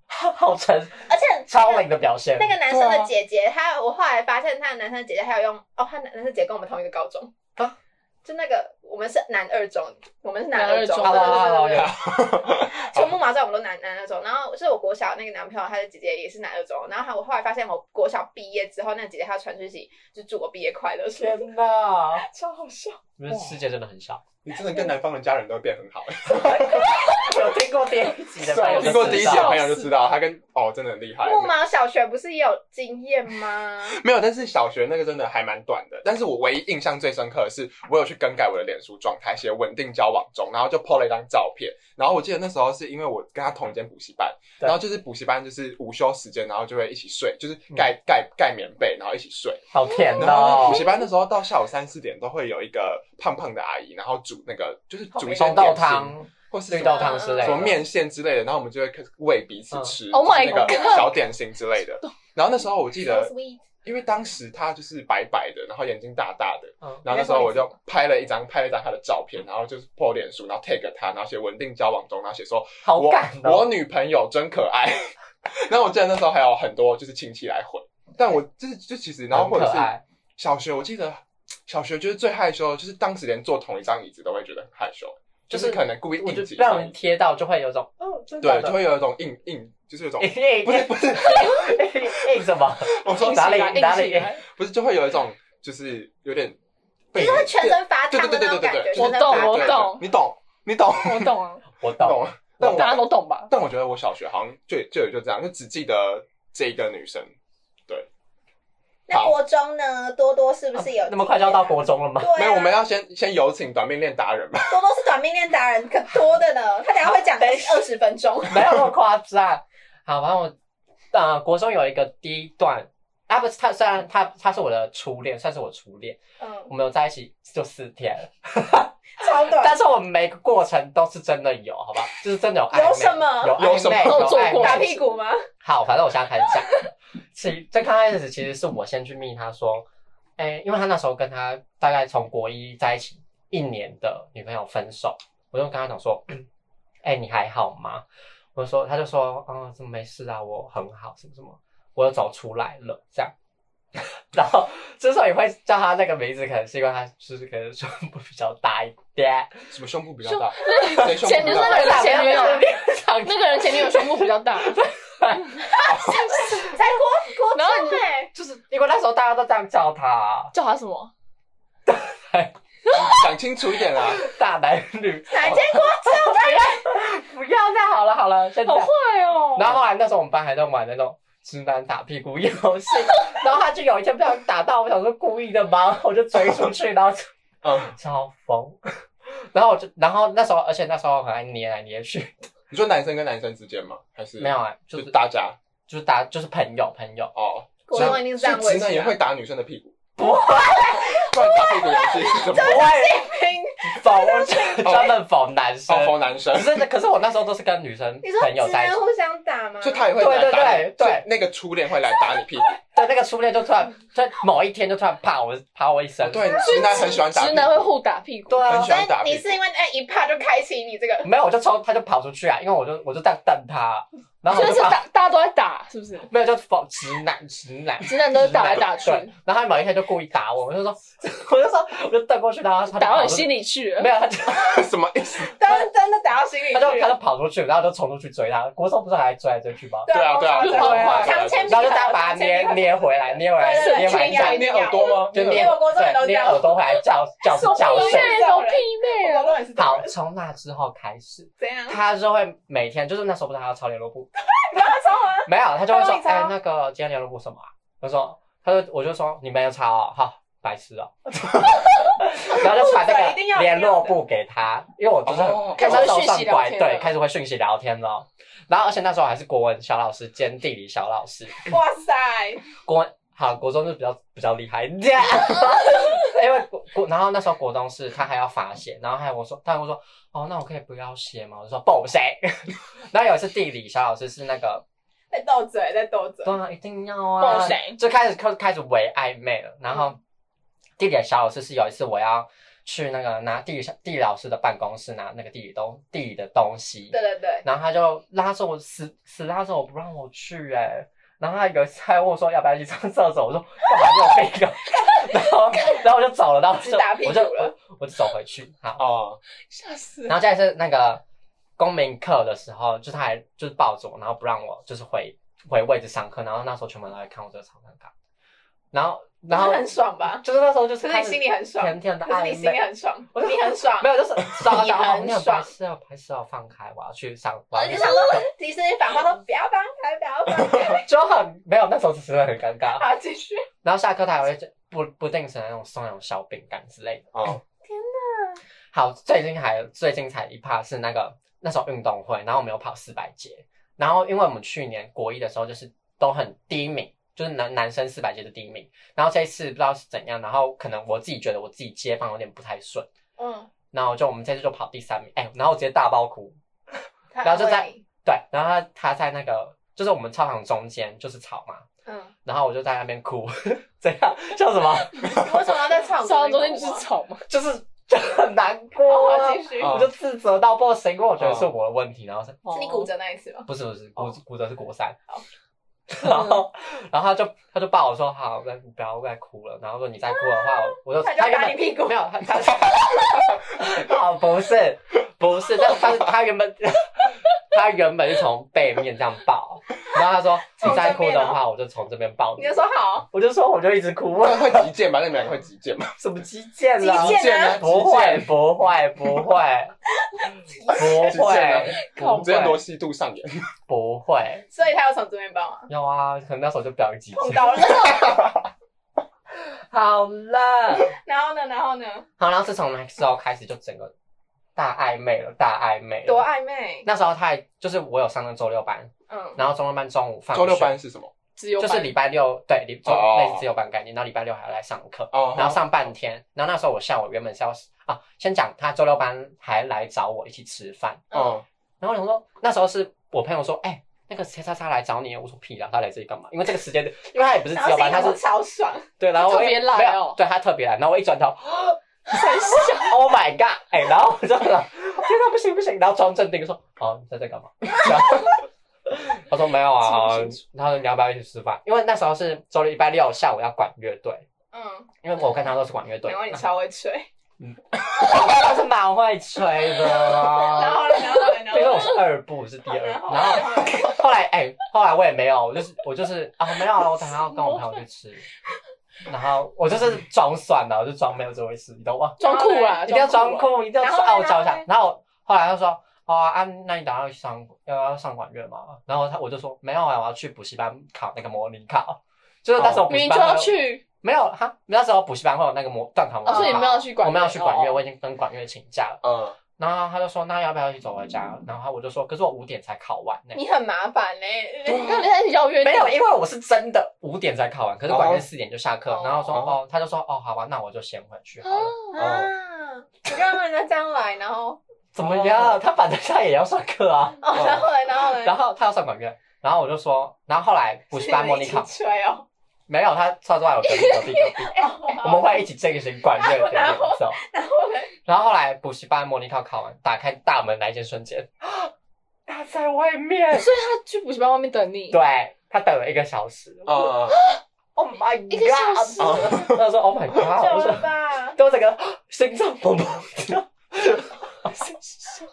Speaker 2: 好沉，
Speaker 1: 而且
Speaker 2: 超龄的表现
Speaker 1: 那。个男生
Speaker 3: 对
Speaker 1: 的
Speaker 3: 啊
Speaker 1: 姐姐，她我后来发现她的男生的姐姐还有用哦，她男男生姐姐跟我们同一个高中
Speaker 2: 啊，
Speaker 1: 就那个我们是男二中，我们是男
Speaker 4: 男
Speaker 1: 二
Speaker 4: 二
Speaker 1: 中，对
Speaker 4: 中
Speaker 1: 对对对对
Speaker 2: 哦
Speaker 1: 对，从木马站我们都男男二中，然后是我国小那个男朋友，他的姐姐也是男二中，然后她我后来发现我国小毕业之后，那个姐姐她传讯息就祝我毕业快乐，
Speaker 2: 天哪！
Speaker 4: 超好笑！
Speaker 2: 你们世界真的很小。
Speaker 3: 你真的跟南方人家人都变很好。欸
Speaker 2: 有听过第一集的朋友就知道，
Speaker 3: 听过第一集的朋友就
Speaker 4: 笑死
Speaker 3: 知道，他跟哦真的很
Speaker 2: 哎
Speaker 3: 厉害。
Speaker 1: 木马小学不是也有经验吗？
Speaker 3: 没有，但是小学那个真的还蛮短的。但是我唯一印象最深刻的是，我有去更改我的脸书状态，写稳定交往中，然后就 po 了一张照片。然后我记得那时候是因为我跟他同一间补习班，
Speaker 2: 对
Speaker 3: 然后就是补习班就是午休时间，然后就会一起睡，就是盖、盖盖棉被，然后一起睡。
Speaker 2: 好甜
Speaker 3: 然后
Speaker 2: 哦
Speaker 3: 补。习班那时候到下午三四点都会有一个胖胖的阿姨，然后煮那个就是煮一些
Speaker 2: 红哦豆
Speaker 3: 点心
Speaker 2: 汤、
Speaker 3: 或是什
Speaker 2: 绿
Speaker 3: 么
Speaker 2: 豆汤之类的，
Speaker 3: 什么面线之类的，然后我们就会开始喂彼此吃、
Speaker 4: 嗯 Oh my
Speaker 3: 就是那个
Speaker 4: God
Speaker 3: 小点心之 类的。然后那时候我记
Speaker 1: So
Speaker 3: 得
Speaker 1: sweet，
Speaker 3: 因为当时他就是白白的，然后眼睛大大的，
Speaker 2: 嗯
Speaker 3: 然后那时候我就拍了一张拍了一张他的照片，然后就是破脸书，然后 tag 他，然后写稳定交往中，然后写说
Speaker 2: 好
Speaker 3: 我
Speaker 2: 感哦动。
Speaker 3: 我女朋友真可爱。 然后我记得那时候还有很多就是亲戚来回，但我就是就其实然后
Speaker 2: 很
Speaker 3: 或者
Speaker 2: 可
Speaker 3: 是
Speaker 2: 爱，
Speaker 3: 小学，我记得小学就是最害羞的，就是当时连坐同一张椅子都会觉得很害羞，
Speaker 2: 就
Speaker 3: 就
Speaker 2: 是
Speaker 3: 是可能故意
Speaker 2: 我就
Speaker 3: 硬挤一
Speaker 2: 让
Speaker 3: 张椅
Speaker 2: 人
Speaker 3: 子，
Speaker 2: 贴到就会有种，哦，真
Speaker 3: 对，
Speaker 2: 的
Speaker 3: 就
Speaker 2: 假的，
Speaker 3: 会有一种硬硬，就是 有一种
Speaker 2: 硬
Speaker 3: 不是 不是，
Speaker 2: 硬硬什么？
Speaker 3: 我说
Speaker 2: 哪里
Speaker 4: 硬起来
Speaker 2: 哪里
Speaker 4: 硬起来
Speaker 3: 不是就会有一种就是有点被
Speaker 1: 就是会全身发
Speaker 3: 对
Speaker 1: 烫的
Speaker 3: 对对
Speaker 1: 那种
Speaker 3: 对对
Speaker 1: 感
Speaker 3: 对
Speaker 1: 觉，全
Speaker 3: 对，
Speaker 1: 身
Speaker 4: 我
Speaker 1: 发
Speaker 4: 懂
Speaker 1: 烫
Speaker 3: 对。对你懂你懂
Speaker 4: 我懂啊，
Speaker 2: 我
Speaker 3: 你
Speaker 2: 懂
Speaker 3: 懂，，但我
Speaker 4: 大家都懂吧？
Speaker 3: 但我觉得我小学好像就就也就这样，就只记得这一个女生，
Speaker 1: 那国中呢？多多是不是有？
Speaker 2: 啊那么快就要到国中了吗？
Speaker 1: 对啊
Speaker 3: 没有，我们要先先有请短命恋达人吧。
Speaker 1: 多多是短命恋达人，可多的呢。他等一下会讲二十分钟。
Speaker 2: 没有那么夸张。好，反正我呃，国中有一个第一段，啊不是他，虽然他他是我的初恋，算是我初恋，
Speaker 1: 嗯，
Speaker 2: 我们有在一起就四天，
Speaker 1: 超短。
Speaker 2: 但是我们每个过程都是真的有，好吧？就是真的有暧昧
Speaker 1: 有什么
Speaker 2: 有
Speaker 3: 有什
Speaker 2: 暧昧，
Speaker 3: 么
Speaker 4: 都做
Speaker 2: 暧昧
Speaker 4: 过
Speaker 1: 打屁股吗？
Speaker 2: 好，反正我现在开始讲。 其在刚开始，其实是我先去密他说，哎、因为他那时候跟他大概从国一在一起一年的女朋友分手，我就跟他讲说，哎、你还好吗？我就说，他就说，嗯，怎么没事啊，我很好，什么什么，我又走出来了，这样。 然后之所以会叫他那个名字，可能是因为他就是可能胸部比较大一点，
Speaker 3: 什么胸部比较大？谁胸
Speaker 4: 前
Speaker 3: 部
Speaker 4: 就
Speaker 3: 比
Speaker 4: 是
Speaker 3: 较
Speaker 4: 那
Speaker 3: 大
Speaker 4: 个？人的前女友，
Speaker 2: 长
Speaker 4: 那个人前女友胸部比较 大，
Speaker 1: 才国国
Speaker 4: 然后你
Speaker 1: 中哎，
Speaker 2: 就是因为那时候大家都这样叫他，啊
Speaker 4: 叫他什么？
Speaker 3: 讲清楚一点啦！
Speaker 2: 大男 女
Speaker 1: 哪间国中？
Speaker 2: 不要再好了好了，现在
Speaker 4: 好。坏哦！
Speaker 2: 然后后来那时候我们班还在玩那种直男打屁股游戏， 然后他就有一天不小心打到，我想说故意的吧，我就追出去，然后就
Speaker 3: 嗯，
Speaker 2: 超疯。 然后我就，然后那时候，而且那时候很爱捏来捏去，
Speaker 3: 你说男生跟男生之间吗？还是
Speaker 2: 没有？啊，就
Speaker 3: 就是是大家
Speaker 2: 就是打就是朋友朋友，
Speaker 3: 哦，
Speaker 1: 国中一定是这样
Speaker 3: 所以
Speaker 1: 维
Speaker 3: 直男
Speaker 1: 持
Speaker 3: 也
Speaker 1: 啊
Speaker 3: 会打女生的屁股，不会，不然打屁股游戏是 什么？
Speaker 2: 不会否专门否男生
Speaker 3: 哦，，逢男生
Speaker 2: 可，是那可是我那时候都是跟女生
Speaker 1: 你说
Speaker 2: 朋友
Speaker 1: 直
Speaker 2: 在一
Speaker 1: 男
Speaker 2: 起，
Speaker 1: 互相打吗？
Speaker 3: 所以他也会来打你，
Speaker 2: 对对对对
Speaker 3: 所以那个初恋会来打你屁股，
Speaker 2: 对那个初恋就突然在某一天就突然啪我啪我一声，
Speaker 3: 哦对，直男很喜欢打，
Speaker 4: 直男会，互打屁股。
Speaker 2: 对啊
Speaker 3: 很喜，
Speaker 1: 哦所
Speaker 3: 欢打
Speaker 1: 以
Speaker 3: 屁
Speaker 1: 你
Speaker 3: 股
Speaker 1: 是因为那一怕就开启你这个，
Speaker 2: 没有我就冲他就跑出去啊，因为我就我就在瞪他，啊然后
Speaker 4: 所
Speaker 2: 我
Speaker 4: 以是
Speaker 2: 就把
Speaker 4: 打，大家都在打，是不是？
Speaker 2: 没有就否直男直男。
Speaker 4: 直男都是打来打去
Speaker 2: 对，，然后他某一天就故意打我，我就说， 我就说，我就瞪过去，然后他就
Speaker 4: 打到
Speaker 2: 跑
Speaker 4: 你
Speaker 2: 出去
Speaker 4: 心里去
Speaker 2: 没
Speaker 4: 了。
Speaker 2: 有，他就
Speaker 3: 什么意思？
Speaker 1: 真真的打到心里去
Speaker 2: 他就他就
Speaker 1: 了。
Speaker 2: 跑出去，然后就冲出去追他。国中不是还追来追去吗？
Speaker 3: 对啊对啊
Speaker 1: 对
Speaker 4: 对啊
Speaker 1: 强牵
Speaker 2: 然后就大家把他捏捏回来，捏回来，
Speaker 1: 对对对
Speaker 2: 捏回来
Speaker 1: 群咬
Speaker 2: 叫
Speaker 1: 一，
Speaker 3: 捏耳朵吗？
Speaker 2: 就
Speaker 1: 因
Speaker 2: 捏
Speaker 1: 为我国中也都
Speaker 2: 对
Speaker 1: 这
Speaker 2: 捏
Speaker 1: 样
Speaker 2: 耳朵回来叫叫是叫
Speaker 1: 屁
Speaker 2: 声。
Speaker 1: 妹
Speaker 4: 有哎屁妹
Speaker 1: 我
Speaker 4: 啊！
Speaker 1: 都也是这样
Speaker 2: 好，，从那之后开始，
Speaker 1: 怎样？
Speaker 2: 他就会每天就是那时候不是还要抄联络簿，
Speaker 1: 你帮他抄吗？
Speaker 2: 没有，他就会说
Speaker 1: 他帮你，抄
Speaker 2: 哎，那个今天联络簿什么啊？我说，他就我就说你没有抄哦，好，白痴哦。然后就传
Speaker 1: 不准
Speaker 2: 那
Speaker 1: 一定要
Speaker 2: 个联络簿给他，因为我就是很
Speaker 3: 哦
Speaker 2: 开始手上拐，
Speaker 4: 开始会讯息聊天了
Speaker 2: 对，开始会讯息聊天了。然后而且那时候还是国文小老师兼地理小老师，
Speaker 1: 哇塞，
Speaker 2: 国文好，国中就比较比较厉害， 因为国国，然后那时候国中是他还要罚写，然后还有我说，他跟我说，哦，那我可以不要写 吗？我就说不行。然后有一次地理小老师是那个，
Speaker 1: 在斗嘴，在斗嘴
Speaker 2: 对。啊，一定要啊，
Speaker 4: 不行
Speaker 2: 就开始开开始为暧昧了。然
Speaker 1: 嗯
Speaker 2: 后地理小老师是有一次我要去那个拿地理小地理老师的办公室拿那个地理东地理的东西，
Speaker 1: 对对对，
Speaker 2: 然后他就拉着我死死拉着我不让我去哎、然后他有一次还问我说要不要去上厕所，我说干嘛你有病啊？ 然 后然后我就走了，然后我
Speaker 1: 只
Speaker 2: 就
Speaker 1: 打屁股
Speaker 2: 我就
Speaker 1: 了
Speaker 2: 我我就走回去好。
Speaker 3: 哦，
Speaker 4: 吓死
Speaker 2: 然！后再来是那个公民课的时候，就他还就是抱着我，然后不让我就是回回位置上课，然后那时候全部人都在看我，这个超尴尬。然后然后
Speaker 1: 那 很爽吧
Speaker 2: 就是那时候就是
Speaker 1: 可是你心里很爽，
Speaker 2: 甜甜的
Speaker 1: 可是
Speaker 2: 暧
Speaker 1: 你心里
Speaker 2: 昧。
Speaker 1: 很爽，
Speaker 2: 我就
Speaker 1: 你很爽
Speaker 2: 没。有， 就是找
Speaker 1: 你
Speaker 2: 找
Speaker 1: 很
Speaker 2: 你很白
Speaker 1: 爽
Speaker 2: 痴啊，白痴啊，放开！我要去上，
Speaker 1: 我
Speaker 2: 我要
Speaker 1: 就
Speaker 2: 去
Speaker 1: 想
Speaker 2: 上
Speaker 1: 说
Speaker 2: 课。，
Speaker 1: 其实反话都不要放开，不要放开。
Speaker 2: 就很没有，那时候真的很尴尬。
Speaker 1: 好，继续。
Speaker 2: 然后下课他还会不不定时的那种送那种小饼干之类的。
Speaker 3: 哦，
Speaker 2: 好，最近还最近才一趴是那个那时候运动会，然后我们有跑四百节，然后因为我们去年国一的时候就是都很第一名，就是男男生四百节的第一名，然后这一次不知道是怎样，然后可能我自己觉得我自己接棒有点不太顺，
Speaker 1: 嗯，
Speaker 2: 然后就我们这次就跑第三名，哎、然后我直接大爆哭，
Speaker 1: 他
Speaker 2: 然后就在
Speaker 1: 安慰你
Speaker 2: 对，然后他他在那个就是我们操场中间就是草嘛，
Speaker 1: 嗯，
Speaker 2: 然后我就在那边哭， 怎样笑什么？
Speaker 1: 你为什么要在唱？
Speaker 4: 上中间就是吵嘛，
Speaker 2: 就是就很难过啊、
Speaker 1: 啊好，继续。
Speaker 2: 我就自责到不行，因为我觉得是我的问题，然后是
Speaker 4: 哦
Speaker 1: 是你骨折那一次吗？
Speaker 2: 不是不是骨骨折是国三
Speaker 1: 哦好，
Speaker 2: 然后然后他就他就抱我说好，那你不要再哭了，然后说你再哭的话，我我就
Speaker 1: 他就打
Speaker 2: 原
Speaker 1: 你
Speaker 2: 本
Speaker 1: 屁股
Speaker 2: 没有哦他他哦不是不是，但但是他原本他原本是从背面这样抱，然后他说你再哭的话，我就从这边抱
Speaker 1: 你
Speaker 2: 你
Speaker 1: 就，说好，
Speaker 2: 我就说我就一直哭，
Speaker 3: 会会击剑吗？那你们两个会击剑吗？
Speaker 2: 什么击剑
Speaker 1: 极
Speaker 2: 了？
Speaker 1: 限啊，
Speaker 2: 不会，不会，不会，
Speaker 3: 极
Speaker 2: 不
Speaker 3: 限啊
Speaker 2: 会，
Speaker 4: 靠
Speaker 2: 不
Speaker 3: 直接罗
Speaker 2: 会，
Speaker 3: 西度上演，
Speaker 2: 不会。
Speaker 1: 所以他要从这边抱 吗？
Speaker 2: 有啊，可能那时候就表演几
Speaker 1: 碰
Speaker 2: 次。
Speaker 1: 到了，
Speaker 2: 好了，
Speaker 1: 然后呢，然后呢，
Speaker 2: 好，然后自从那时候开始就整个大暧昧了，大暧昧了。
Speaker 1: 多暧昧。
Speaker 2: 那时候他还就是我有上那周六班，
Speaker 1: 嗯，
Speaker 2: 然后中六班中午放学
Speaker 3: 周六班是什么？
Speaker 4: 只有
Speaker 2: 就是
Speaker 4: 班
Speaker 2: 礼拜六对，礼周
Speaker 3: 哦
Speaker 2: 类似自由班概念，然后礼拜六还要来上课，
Speaker 3: 哦
Speaker 2: 然后上半天。然后那时候我下午原本是要啊，先讲他周六班还来找我一起吃饭，
Speaker 3: 哦，
Speaker 2: 然后我想说，那时候是我朋友说，哎、那个谁叉叉来找你，我说屁啦，他来这里干嘛？因为这个时间，因为他也不是
Speaker 1: 然
Speaker 2: 自
Speaker 1: 后心
Speaker 2: 由班，
Speaker 1: 里
Speaker 2: 他
Speaker 1: 想说
Speaker 2: 是
Speaker 1: 超爽，
Speaker 2: 对，然后我
Speaker 4: 特
Speaker 2: 一
Speaker 4: 别来哦
Speaker 2: 没有对他特别来，然后我一转 头，，Oh my god！哎、然后我就想，天哪，不行不行，然后装镇定说，哦，你在这干嘛？ 然后他说没有啊，
Speaker 4: 清楚
Speaker 2: 然后你要不要一起吃饭？因为那时候是周六、礼拜六下午要管乐队，
Speaker 1: 嗯，
Speaker 2: 因为我跟他都是管乐队
Speaker 1: 难，怪你超会吹。
Speaker 2: 他是蛮会吹
Speaker 1: 然
Speaker 2: 的。
Speaker 1: 后呢，然后呢，然
Speaker 2: 那啊个
Speaker 1: 后
Speaker 2: 我
Speaker 1: 呢
Speaker 2: 是二部，是第二
Speaker 1: 然后
Speaker 2: 部，
Speaker 1: 呢
Speaker 2: 然后 后来哎、后来我也没有，我就是我就是啊没有了，我等下要跟我朋友去吃，然后我就是装蒜的，我就装没有这回事，你懂吗？
Speaker 4: 装酷啊，
Speaker 2: 一定要装
Speaker 4: 啊。
Speaker 2: 酷，一定要
Speaker 1: 然后
Speaker 2: 装
Speaker 1: 呢
Speaker 2: 傲娇
Speaker 1: 然后
Speaker 2: 一下
Speaker 1: 呢。
Speaker 2: 然后后来他说。哦啊，那你等下要去上要要上管乐吗？然后他我就说没有啊，我要去补习班考那个模拟考，就是那时候补
Speaker 4: 明
Speaker 2: 习
Speaker 4: 哦明
Speaker 2: 班
Speaker 4: 就要
Speaker 2: 会有
Speaker 4: 去，
Speaker 2: 没有哈，那时候补习班会有那个模断肠
Speaker 4: 哦，
Speaker 2: 文
Speaker 4: 所以你
Speaker 2: 化
Speaker 4: 没有去管乐，
Speaker 2: 我们要去管乐，
Speaker 4: 哦
Speaker 2: 我已经跟管乐请假了。
Speaker 3: 嗯，
Speaker 2: 然后他就说，那要不要一起走回家？然后我就说，可是我五点才考完呢、
Speaker 1: 你很麻烦呢、
Speaker 4: 你看人家邀约
Speaker 2: 没有，因为我是真的五点才考完，可是管乐
Speaker 3: 哦
Speaker 2: 四点就下课。
Speaker 1: 哦
Speaker 2: 然后说，
Speaker 3: 哦
Speaker 2: 哦，他就说，哦，好吧，那我就先回去好了。
Speaker 1: 啊！你就让人家这样来，然后
Speaker 2: 怎么样？他反正他也要上课 啊，
Speaker 1: 哦，然后嘞，然后嘞，
Speaker 2: 然后他要上管乐，然后我就说，然后后来补习班模拟考
Speaker 1: 吹哦，
Speaker 2: 没有，他他说我隔壁隔壁隔 壁，
Speaker 1: 哎
Speaker 2: 我们会一起进行管乐的 演奏。
Speaker 1: 然后 嘞，
Speaker 2: 然后后来补习班模拟考考完，打开大门那一件瞬间， 他在外面，
Speaker 4: 所以他去补习班外面等你。
Speaker 2: 对他等了一个小时。
Speaker 3: 嗯，
Speaker 2: Oh my
Speaker 4: 一个小时
Speaker 2: god！他 说 Oh my god！我
Speaker 1: 久
Speaker 2: 说
Speaker 1: 了吧？
Speaker 2: 都整个 心脏砰 砰跳，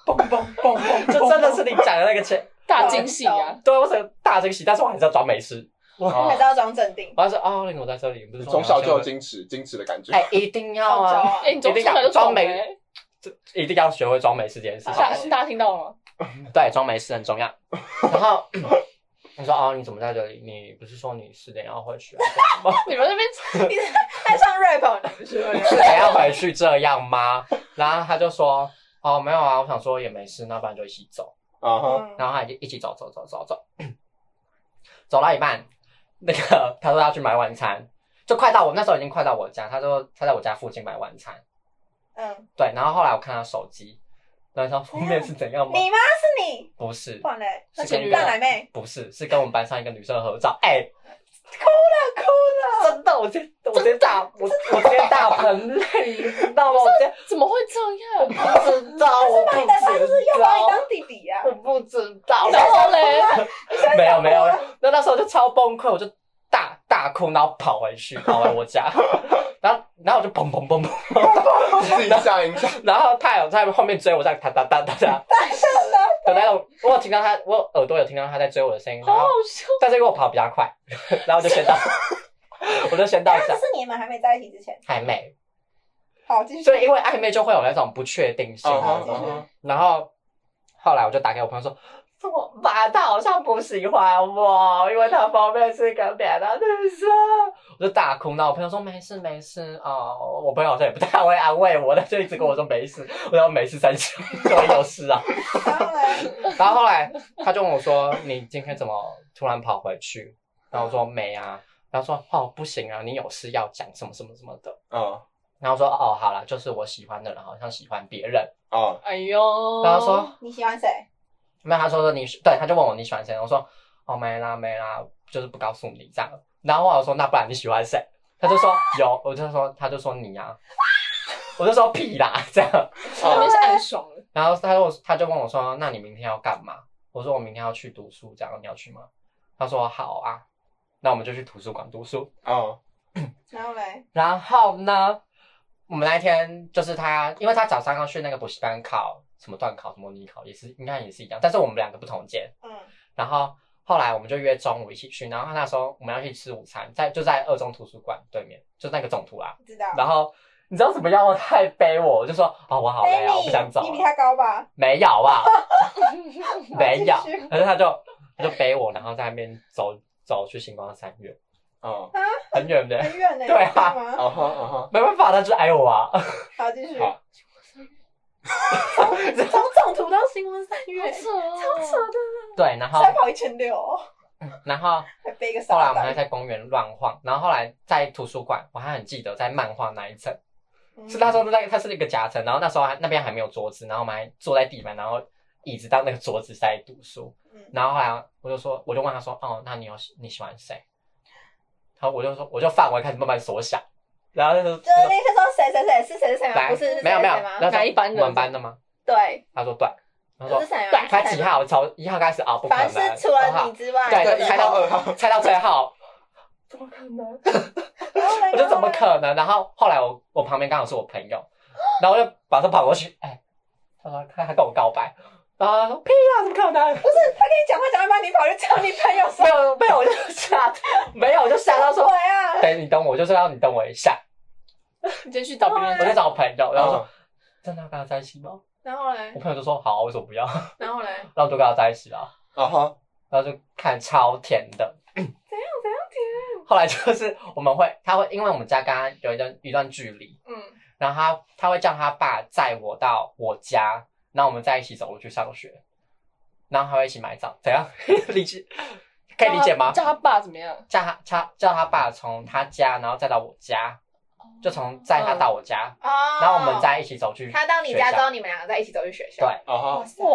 Speaker 3: 蹦蹦蹦蹦，
Speaker 2: 就真的是你讲的那个情，
Speaker 4: 大惊喜啊！
Speaker 2: 对我整个大惊喜，但是我还是要装没事。
Speaker 1: 还是要装镇定。
Speaker 2: 我还是哦，令我在这里，不是说
Speaker 3: 从小就有
Speaker 2: 要先
Speaker 3: 矜持，矜持的感觉。
Speaker 2: 哎，一定要啊，
Speaker 4: 哎，你从出来就
Speaker 2: 装
Speaker 4: 装
Speaker 2: 没
Speaker 4: 没？
Speaker 2: 这一定要学会装没事这件事情。
Speaker 4: 大大家听到了吗？
Speaker 2: 对，装没事很重要。然后 你说哦，你怎么在这里？你不是说你十点要回去、啊？
Speaker 4: 你们那边
Speaker 1: 你在上 rap，你不是会
Speaker 2: 十点要回去这样吗？然后他就说哦，没有啊，我想说也没事，那不然就一起走。
Speaker 3: 啊哈，
Speaker 1: 嗯
Speaker 2: 然后他就一起走走走走走，走到一半，那个他说要去买晚餐，就快到我那时候已经快到我家，他说他在我家附近买晚餐。
Speaker 1: 嗯，
Speaker 2: 对，然后后来我看他手机，然后你知道封面是怎 样吗？
Speaker 1: 嗯你吗？是你？
Speaker 2: 不是，
Speaker 1: 换嘞，
Speaker 2: 是
Speaker 4: 前
Speaker 2: 跟
Speaker 4: 女
Speaker 2: 一
Speaker 4: 友
Speaker 1: 大
Speaker 2: 个
Speaker 1: 奶妹
Speaker 2: 不是，是跟我们班上一个女生合照。哎、
Speaker 1: 哭了，
Speaker 2: 真的，我直接我直接大我我直接大盆泪，你知道吗？我直接
Speaker 4: 怎么会这样？
Speaker 2: 不知道，我不
Speaker 1: 就是
Speaker 2: 知
Speaker 1: 又把你
Speaker 2: 道，
Speaker 1: 当弟弟啊呀、
Speaker 2: 我不知道。
Speaker 4: 然后嘞，
Speaker 2: 没有没有，那那时候就超崩溃，我就大大哭，然后跑回去，跑回我家，然后然后我就砰砰砰砰，
Speaker 3: 自己想一下，
Speaker 2: 然后他有在后面追我，在哒哒哒哒哒的那种，我有听到他，我有耳朵有听到他在追我的声音，然
Speaker 4: 好
Speaker 2: 后
Speaker 4: 好笑。
Speaker 2: 但是因为我跑比较快， 然后我就先到， 我就先到
Speaker 1: 但是
Speaker 2: 家
Speaker 1: 是，你们还没在一起之前。
Speaker 2: 还没，
Speaker 1: 好，继续。
Speaker 2: 所以因为暧昧就会有那种不确定性，啊
Speaker 3: 嗯
Speaker 1: 好
Speaker 3: 哼
Speaker 1: 继续
Speaker 3: 嗯哼
Speaker 2: 然后后来我就打给我朋友说，怎么办？他好像不喜欢我，因为他方面是跟别的女生。我就大哭，然后我朋友说没事没事哦。我朋友好像也不太会安慰我，他就一直跟我说没事，我说没事三 次，我有事啊。
Speaker 1: 然后嘞，
Speaker 2: 然后后来他就问我说，你今天怎么突然跑回去？然后我说没啊。然后说哦不行啊，你有事要讲什么什么什么的。
Speaker 3: 嗯
Speaker 2: 然后说哦好啦，就是我喜欢的人好像喜欢别人。
Speaker 3: 嗯，
Speaker 4: 哎呦，
Speaker 2: 然后说
Speaker 1: 你喜欢谁？
Speaker 2: 没有，他说说你对，他就问我你喜欢谁，我说哦没啦没啦，就是不告诉你这样。然后我说那不然你喜欢谁？他就说有，我就说他就说你啊， 我就说屁啦这样。
Speaker 4: 那边是暗爽了，
Speaker 2: 然后他就他就问我说那你明天要干嘛？我说我明天要去读书，这样你要去吗？他说好啊，那我们就去图书馆读书。
Speaker 3: 嗯
Speaker 1: 然后嘞，
Speaker 2: 然后呢，我们那一天就是他，因为他早上要去那个补习班考什么段考、什么模拟考，也是应该也是一样，但是我们两个不同间。
Speaker 1: 嗯，
Speaker 2: 然后后来我们就约中午一起去，然后他那时候我们要去吃午餐，在就在二中图书馆对面，就那个总图啦。
Speaker 1: 知道。
Speaker 2: 然后你知道怎么样吗？他还背我，我就说哦，我好累啊，我不想走
Speaker 1: Baby，你比
Speaker 2: 了。
Speaker 1: 他高吧？
Speaker 2: 没有 啊， 没有
Speaker 1: 好继续。
Speaker 2: 可是他就他就背我，然后在那边走走去星光三月，
Speaker 3: 嗯，
Speaker 2: 很远的，
Speaker 1: 很远呢、
Speaker 2: 对啊
Speaker 1: 是吗
Speaker 3: 啊哈啊哈，
Speaker 2: 没办法，他就是爱我啊。
Speaker 1: 好，继续。
Speaker 3: 好
Speaker 1: 从从总图到星光三月，
Speaker 4: 扯哦
Speaker 1: 超扯的，
Speaker 2: 对，然后
Speaker 1: 才跑一千六哦，
Speaker 2: 然后
Speaker 1: 还背一个
Speaker 2: 后来
Speaker 1: 沙
Speaker 2: 我们还
Speaker 1: 袋。
Speaker 2: 在公园乱晃，然后后来在图书馆，我还很记得在漫画那一层。
Speaker 1: 嗯
Speaker 2: 是那时候那个它是那个夹层，然后那时候还那边还没有桌子，然后我们还坐在地板，然后椅子当那个桌子在读书。
Speaker 1: 嗯，
Speaker 2: 然后后来我就说，我就问他说，哦，那你有喜你喜欢谁？然后我就说，我就范围开始慢慢缩小，然后他就
Speaker 1: 就是那些说谁谁谁是谁是谁吗？
Speaker 2: 来
Speaker 1: 不是是
Speaker 2: 没有
Speaker 1: 谁
Speaker 2: 没有
Speaker 1: 谁吗，
Speaker 2: 然后说
Speaker 4: 哪一班的
Speaker 2: 我们班的吗？
Speaker 1: 对，
Speaker 2: 他说对，他
Speaker 1: 不
Speaker 2: 说
Speaker 1: 是谁吗
Speaker 2: 对，？他几号？从一号开始啊，不可
Speaker 1: 反
Speaker 2: 能，
Speaker 1: 正是除了
Speaker 2: 二
Speaker 1: 你之外，哦
Speaker 2: 对
Speaker 3: 对，
Speaker 2: 猜
Speaker 3: 一
Speaker 2: 到
Speaker 3: 号二号，
Speaker 2: 猜到最后，怎么可能？ 我就怎么可能？然后后来我我旁边刚好是我朋友， 然后我就马上跑过去，哎、他说他他跟我告白，然后他说屁啊，怎么可 能？
Speaker 1: 跟你讲话讲一半，你跑去叫你朋友说
Speaker 2: 没有没有，我就吓，没有我就 吓到
Speaker 1: 什么
Speaker 2: 说，
Speaker 1: 鬼啊？
Speaker 2: 等你等我，我就说要你等我一下，
Speaker 4: 你先去找别人
Speaker 1: 嗯
Speaker 2: 我就找我朋友，然后说、
Speaker 3: 嗯
Speaker 2: 真的要跟他在一起吗？
Speaker 1: 然后嘞
Speaker 2: 我，朋友就说好啊，为什么不要？ 然
Speaker 1: 然后嘞，怎样
Speaker 2: 后我就跟他在一起了，
Speaker 3: 啊哈，
Speaker 2: 然后就看超甜的，
Speaker 1: 怎样甜？
Speaker 2: 后来就是我们会，他会，因为我们家跟他有一段一段距离，
Speaker 1: 嗯，
Speaker 2: 然后他他会叫他爸载我到我家，然后我们再一起走路去上学，然后还会一起买早，怎样？ 理解？可以理解吗？
Speaker 4: 叫他爸怎么样？
Speaker 2: 叫他叫叫他爸从他家，然后再到我家，就从载他到我家，
Speaker 1: 哦，
Speaker 2: 然后我们再一起走去。
Speaker 1: 他到你家之
Speaker 2: 学
Speaker 1: 后，
Speaker 2: 校
Speaker 1: 你们两个再一起走去学校。
Speaker 2: 对，哦
Speaker 3: 啊哈，
Speaker 1: 塞
Speaker 4: 哇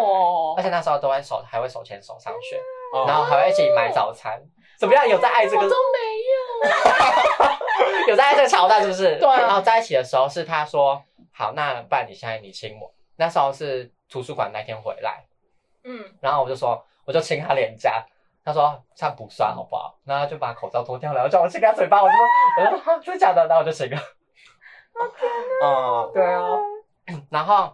Speaker 2: 而，且那时候都会手还会手牵手上学，
Speaker 3: 哦
Speaker 2: 然后还会一起买早餐。怎么样？有在爱这
Speaker 4: 我
Speaker 2: 个
Speaker 4: 都？没
Speaker 2: 有在爱这个朝代是不是？
Speaker 4: 对啊
Speaker 2: 然后在一起的时候是他说好，那不然你现在你亲我。那时候是图书馆那天回来，
Speaker 1: 嗯，
Speaker 2: 然后我就说，我就亲他脸颊，他说这样不算好不好？然后他就把口罩脱掉了，然后叫我亲他嘴巴，我就说，我就说 啊哈真的假的？然后我就亲了。
Speaker 3: 嗯，
Speaker 2: 对啊， 然后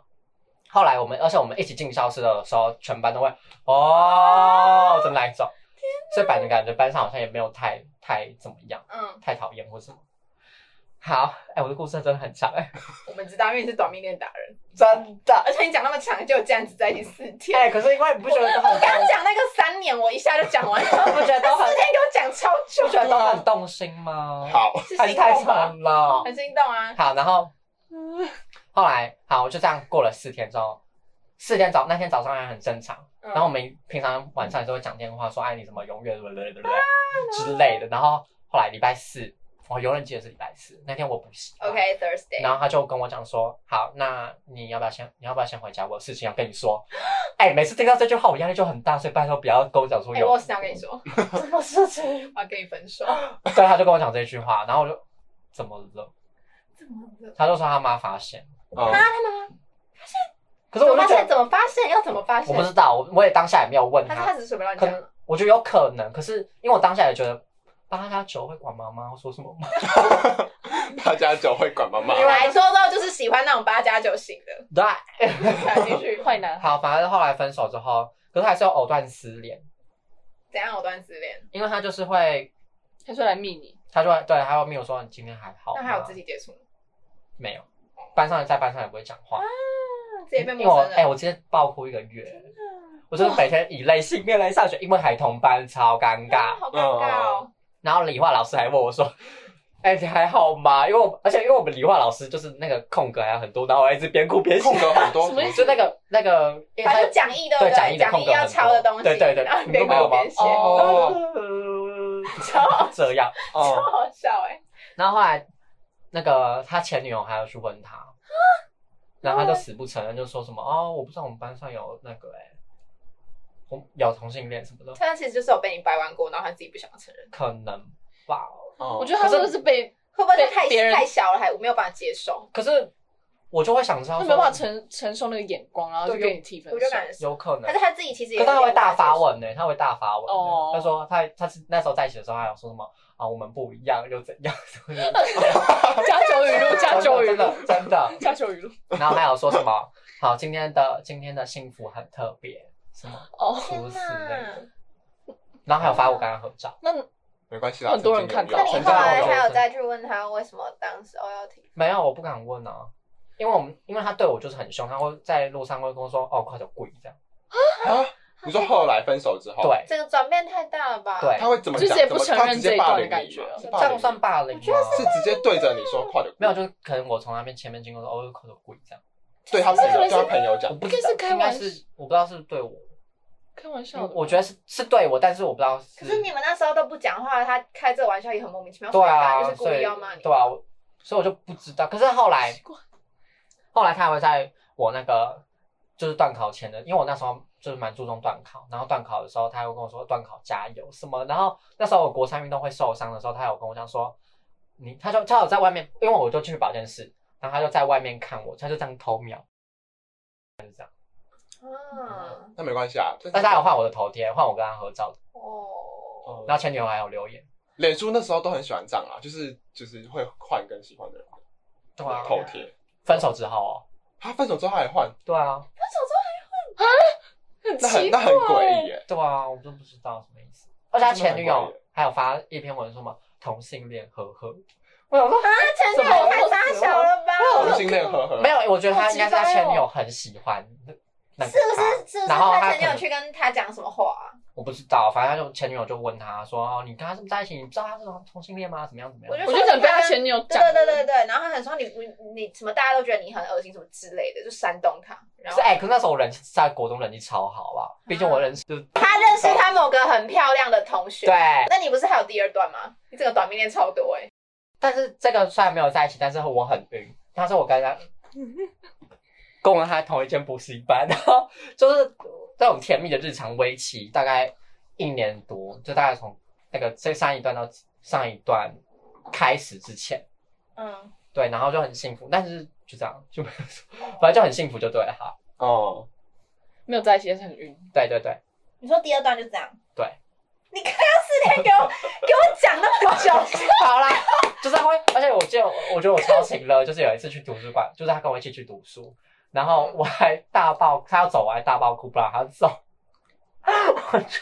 Speaker 2: 后来我们，而且我们一起进教室的时候，全班都会哦，怎么来走？所以反正感觉班上好像也没有太太怎么样，
Speaker 1: 嗯，
Speaker 2: 太讨厌或什么。好，哎、我的故事真的很长哎、
Speaker 1: 我们知道，因为你是短命恋达人，
Speaker 2: 真的。
Speaker 1: 而且你讲那么长，就这样子在一起四
Speaker 2: 哎、
Speaker 1: 天。
Speaker 2: 可是因为你不觉得都
Speaker 1: 我
Speaker 2: 很
Speaker 1: 刚
Speaker 2: 动，
Speaker 1: 讲那个三年，我一下就讲完了，
Speaker 2: 不 觉得都
Speaker 1: 四
Speaker 2: 很，
Speaker 1: 天给我讲超久
Speaker 2: 不，觉得都很动心吗？，
Speaker 3: 好，
Speaker 1: 是
Speaker 2: 啊还是
Speaker 1: 心
Speaker 2: 太
Speaker 1: 动吗？
Speaker 2: 长了。
Speaker 1: 很心动啊！
Speaker 2: 好，然后
Speaker 4: 有。
Speaker 2: 后来好，我就这样过了四天之后，四天早那天早上还很正常，
Speaker 1: 然
Speaker 2: 然后我们平常晚上也是会讲电话说哎爱你什么永远对不对对不
Speaker 1: 啊
Speaker 2: 对之类的，然后后来礼拜四，我永远记得是礼拜四那天我补习嘛
Speaker 1: OK Thursday，
Speaker 2: 然后他就跟我讲说，好，那你要不要先你要不要先回家，我有事情要跟你说。 哎，每次听到这句话我压力就很大，所以拜托不要跟我讲说
Speaker 1: 哎，我
Speaker 2: 有
Speaker 1: 有事想跟你说，
Speaker 2: 什么事情，
Speaker 1: 我要跟你分 手。
Speaker 2: 所以他就跟我讲这句话，然后我就怎么了？
Speaker 1: 怎么了？
Speaker 2: 他就说他妈发现，
Speaker 1: 啊，他
Speaker 3: 嗯，
Speaker 1: 们
Speaker 2: 可是
Speaker 1: 怎
Speaker 2: 我
Speaker 1: 么发
Speaker 2: 就觉得
Speaker 1: 现？怎么发现？要怎么发现？
Speaker 2: 我不知道，我我也当下也没有问
Speaker 1: 他是他只是随便乱
Speaker 2: 可
Speaker 1: 讲
Speaker 2: 能我觉得有可能，可是因为我当下也觉得八加九会管妈妈会说什么吗？
Speaker 3: 他家酒会管妈妈
Speaker 1: 你，来说到就是喜欢那种八加九型的，
Speaker 2: 对，
Speaker 1: 来继续。
Speaker 4: 坏男孩，
Speaker 2: 好，反正后来分手之后，可是还是有藕断丝连，
Speaker 1: 怎样藕断丝连？
Speaker 2: 因为他就是会，
Speaker 4: 他说来密你，
Speaker 2: 他就会对，他会没有说你今天还好吗，
Speaker 1: 那还有肢体接触吗？
Speaker 2: 没有，班上在班上也不会讲话，
Speaker 1: 直接啊被
Speaker 2: 因为我
Speaker 1: 陌生
Speaker 2: 哎、
Speaker 1: 人。
Speaker 2: 我直接爆哭一个月，我就是每天以泪洗面来上学，因为还同班，超尴尬
Speaker 1: 啊。好尴尬哦！
Speaker 2: 然后理化老师还问我说：“哎、你还好吗？”因为我而且因为我们理化老师就是那个空格还有很多，然后我还一直边哭边笑
Speaker 3: 空。格很多，
Speaker 4: 什么意
Speaker 2: 哦就那个那个，因为
Speaker 1: 反
Speaker 2: 他有
Speaker 1: 正讲义对不
Speaker 2: 对讲义的
Speaker 1: 讲
Speaker 2: 空
Speaker 1: 义
Speaker 2: 格
Speaker 1: 要
Speaker 2: 很多
Speaker 1: 抄的东西，
Speaker 2: 对对对
Speaker 1: 然后你
Speaker 2: 你
Speaker 1: 边
Speaker 2: 都没有
Speaker 1: 哭
Speaker 2: 吗
Speaker 1: 边写，
Speaker 3: 哦
Speaker 4: 哦
Speaker 1: 超
Speaker 2: 这样。
Speaker 3: 哦，
Speaker 1: 超好笑哎！
Speaker 2: 然后后来那个他前女友还要去问他，
Speaker 4: 啊
Speaker 2: 然后他就死不承认，就说什么哦，我不知道我们班上有那个哎、同有同性恋什么的，
Speaker 1: 他其实就是有被你掰弯过，然后他自己不想要承认，
Speaker 2: 可能吧。
Speaker 4: 我
Speaker 3: 我
Speaker 4: 觉得他
Speaker 2: 可是
Speaker 4: 说是被，
Speaker 1: 会不会太
Speaker 4: 被别人
Speaker 1: 太小了，还没有办法接受？
Speaker 2: 可是我就会想知道
Speaker 4: 他
Speaker 2: 说，
Speaker 4: 没有办法承承受那个眼光，然后就
Speaker 2: 对
Speaker 4: 跟你提分
Speaker 1: 我
Speaker 4: 手
Speaker 1: 就。感觉是，
Speaker 2: 有可能
Speaker 1: 但是。他自己其实也
Speaker 2: 可是他
Speaker 1: 有
Speaker 2: 会
Speaker 1: 点
Speaker 2: 大发
Speaker 1: 接受
Speaker 2: 问呢、他会大发问、欸
Speaker 4: 哦
Speaker 2: 他说他他是那时候在一起的时候，他有说什么啊？我们不一样又怎样？
Speaker 4: 加九语录，加九语
Speaker 2: 真的
Speaker 4: 录，
Speaker 2: 真的。
Speaker 4: 加九语录。
Speaker 2: 然后还有说什么？好，今天的今天的幸福很特别，什么
Speaker 4: 哦，
Speaker 2: 诸如此类的。
Speaker 1: 天
Speaker 2: 然后还有发我跟他合照，
Speaker 4: 那
Speaker 3: 没关系啦，
Speaker 4: 很多人看到
Speaker 1: 哪！那
Speaker 3: 曾
Speaker 1: 你
Speaker 3: 经有
Speaker 1: 后来
Speaker 2: 有
Speaker 1: 还有再去问他为什么当时哦要停？
Speaker 2: 没有，我不敢问啊，因为我们因为他对我就是很凶，他会在路上会跟我说哦，快点跪这样，
Speaker 3: 啊，你说后来分手之后，，
Speaker 2: 对，
Speaker 1: 这个转变太大了吧？
Speaker 2: 对
Speaker 3: 他会怎么
Speaker 4: 就
Speaker 3: 讲？
Speaker 4: 直接不
Speaker 3: 怎么
Speaker 4: 承认
Speaker 3: 他直接
Speaker 4: 这一段
Speaker 3: 霸
Speaker 4: 的
Speaker 3: 凌你
Speaker 4: 感
Speaker 3: 吗
Speaker 4: 觉
Speaker 3: 是
Speaker 2: 这
Speaker 3: 霸凌
Speaker 2: 样
Speaker 3: 你
Speaker 2: 算霸凌吗？
Speaker 3: 是直接对着你说快点，
Speaker 2: 没有，就是可能我从他面前面经过说哦，快点跪这样，
Speaker 3: 对他朋
Speaker 4: 那可能
Speaker 3: 友
Speaker 4: 是
Speaker 3: 对他朋友讲
Speaker 2: 我，不知道
Speaker 4: 应该是开
Speaker 2: 应该
Speaker 4: 玩
Speaker 2: 是我不知道是不是对我，
Speaker 4: 开玩笑
Speaker 2: 我
Speaker 4: 的，
Speaker 2: 我觉得是是对我，但是我不知道
Speaker 1: 可是你们那时候都不讲话，他开这个玩笑也很莫名其妙，
Speaker 2: 对
Speaker 1: 所以大家
Speaker 2: 啊，
Speaker 1: 就是故
Speaker 2: 所
Speaker 1: 意
Speaker 2: 以
Speaker 1: 要骂你。
Speaker 2: 对啊，我所以我就不知道。可是后来
Speaker 4: 奇怪
Speaker 2: 后来他还会在我那个就是断考前的，因为我那时候就是蛮注重断考，然后断考的时候他还会跟我说断考加油什么，然后那时候我国三运动会受伤的时候，他有跟我讲说你，他就他有在外面，因为我就去保健室，然后他就在外面看我，他就这样偷瞄，
Speaker 1: 嗯，
Speaker 3: 那没关系啊。
Speaker 2: 但是他有换我的头贴，换我跟他合照，
Speaker 1: 哦，
Speaker 2: 然后前女友还有留言，
Speaker 3: 呃脸书那时候都很喜欢这样啊，就是就是会换跟喜欢的人
Speaker 2: 对啊，
Speaker 3: 头贴。
Speaker 2: 分手之后哦，
Speaker 3: 他分手之后还换，
Speaker 2: 对啊，
Speaker 4: 很
Speaker 3: 那很
Speaker 4: 奇
Speaker 3: 那
Speaker 4: 怪，
Speaker 3: 很诡异耶。
Speaker 2: 对啊，我都不知道什么意思。而且他前女
Speaker 3: 真的很怪
Speaker 2: 友还有发一篇文说什么同性恋呵呵，我想说
Speaker 4: 哎
Speaker 1: 啊，前女友太傻小了吧？
Speaker 3: 同性恋呵呵，
Speaker 2: 没有，我觉得他应该是他前女友很喜欢那个
Speaker 1: 是不哦
Speaker 2: 他
Speaker 1: 是是不是
Speaker 2: 然后
Speaker 1: 他
Speaker 2: 他
Speaker 1: 前女
Speaker 2: 可
Speaker 1: 友
Speaker 2: 能
Speaker 1: 去跟他讲什么话啊？
Speaker 2: 我不知道，反正他就前女友就问他说：“哦，你跟他是不是在一起？你知道他是同性恋吗？怎么样怎么样？”
Speaker 1: 我就
Speaker 4: 我就可能被他前女友
Speaker 1: 对
Speaker 4: 讲
Speaker 1: 对
Speaker 4: 了，
Speaker 1: 对对对，然后他很说你你你什么，大家都觉得你很恶心什么之类的，就煽动他。然后
Speaker 2: 可是哎、可是那时候我人气在国中人气超好，好不好？毕竟
Speaker 1: 啊
Speaker 2: 我人气就是、
Speaker 1: 他认识他某个很漂亮的同学。
Speaker 2: 对，，
Speaker 1: 那你不是还有第二段吗？你整个短命恋超多哎、
Speaker 2: 但是这个虽然没有在一起，但是我很晕。那时候我跟他，跟我跟他同一间补习班，然后就是那种甜蜜的日常为期大概一年多，就大概从那个这上一段到上一段开始之前，
Speaker 1: 嗯，
Speaker 2: 对，然后就很幸福，但是就这样就没有说，反正就很幸福就对了哈。
Speaker 3: 哦，
Speaker 4: 没有在一起也是很 晕。
Speaker 2: 对对对，
Speaker 1: 你说第二段就这样。
Speaker 2: 对。
Speaker 1: 你刚刚四天给我给我讲那么 久，
Speaker 2: 好啦，就是他会，而且我记得我，我觉得我超勤了，就是有一次去图书馆，就是他跟我一起去读书，然后我还大爆，他要走，我还大爆哭，不让他走，我就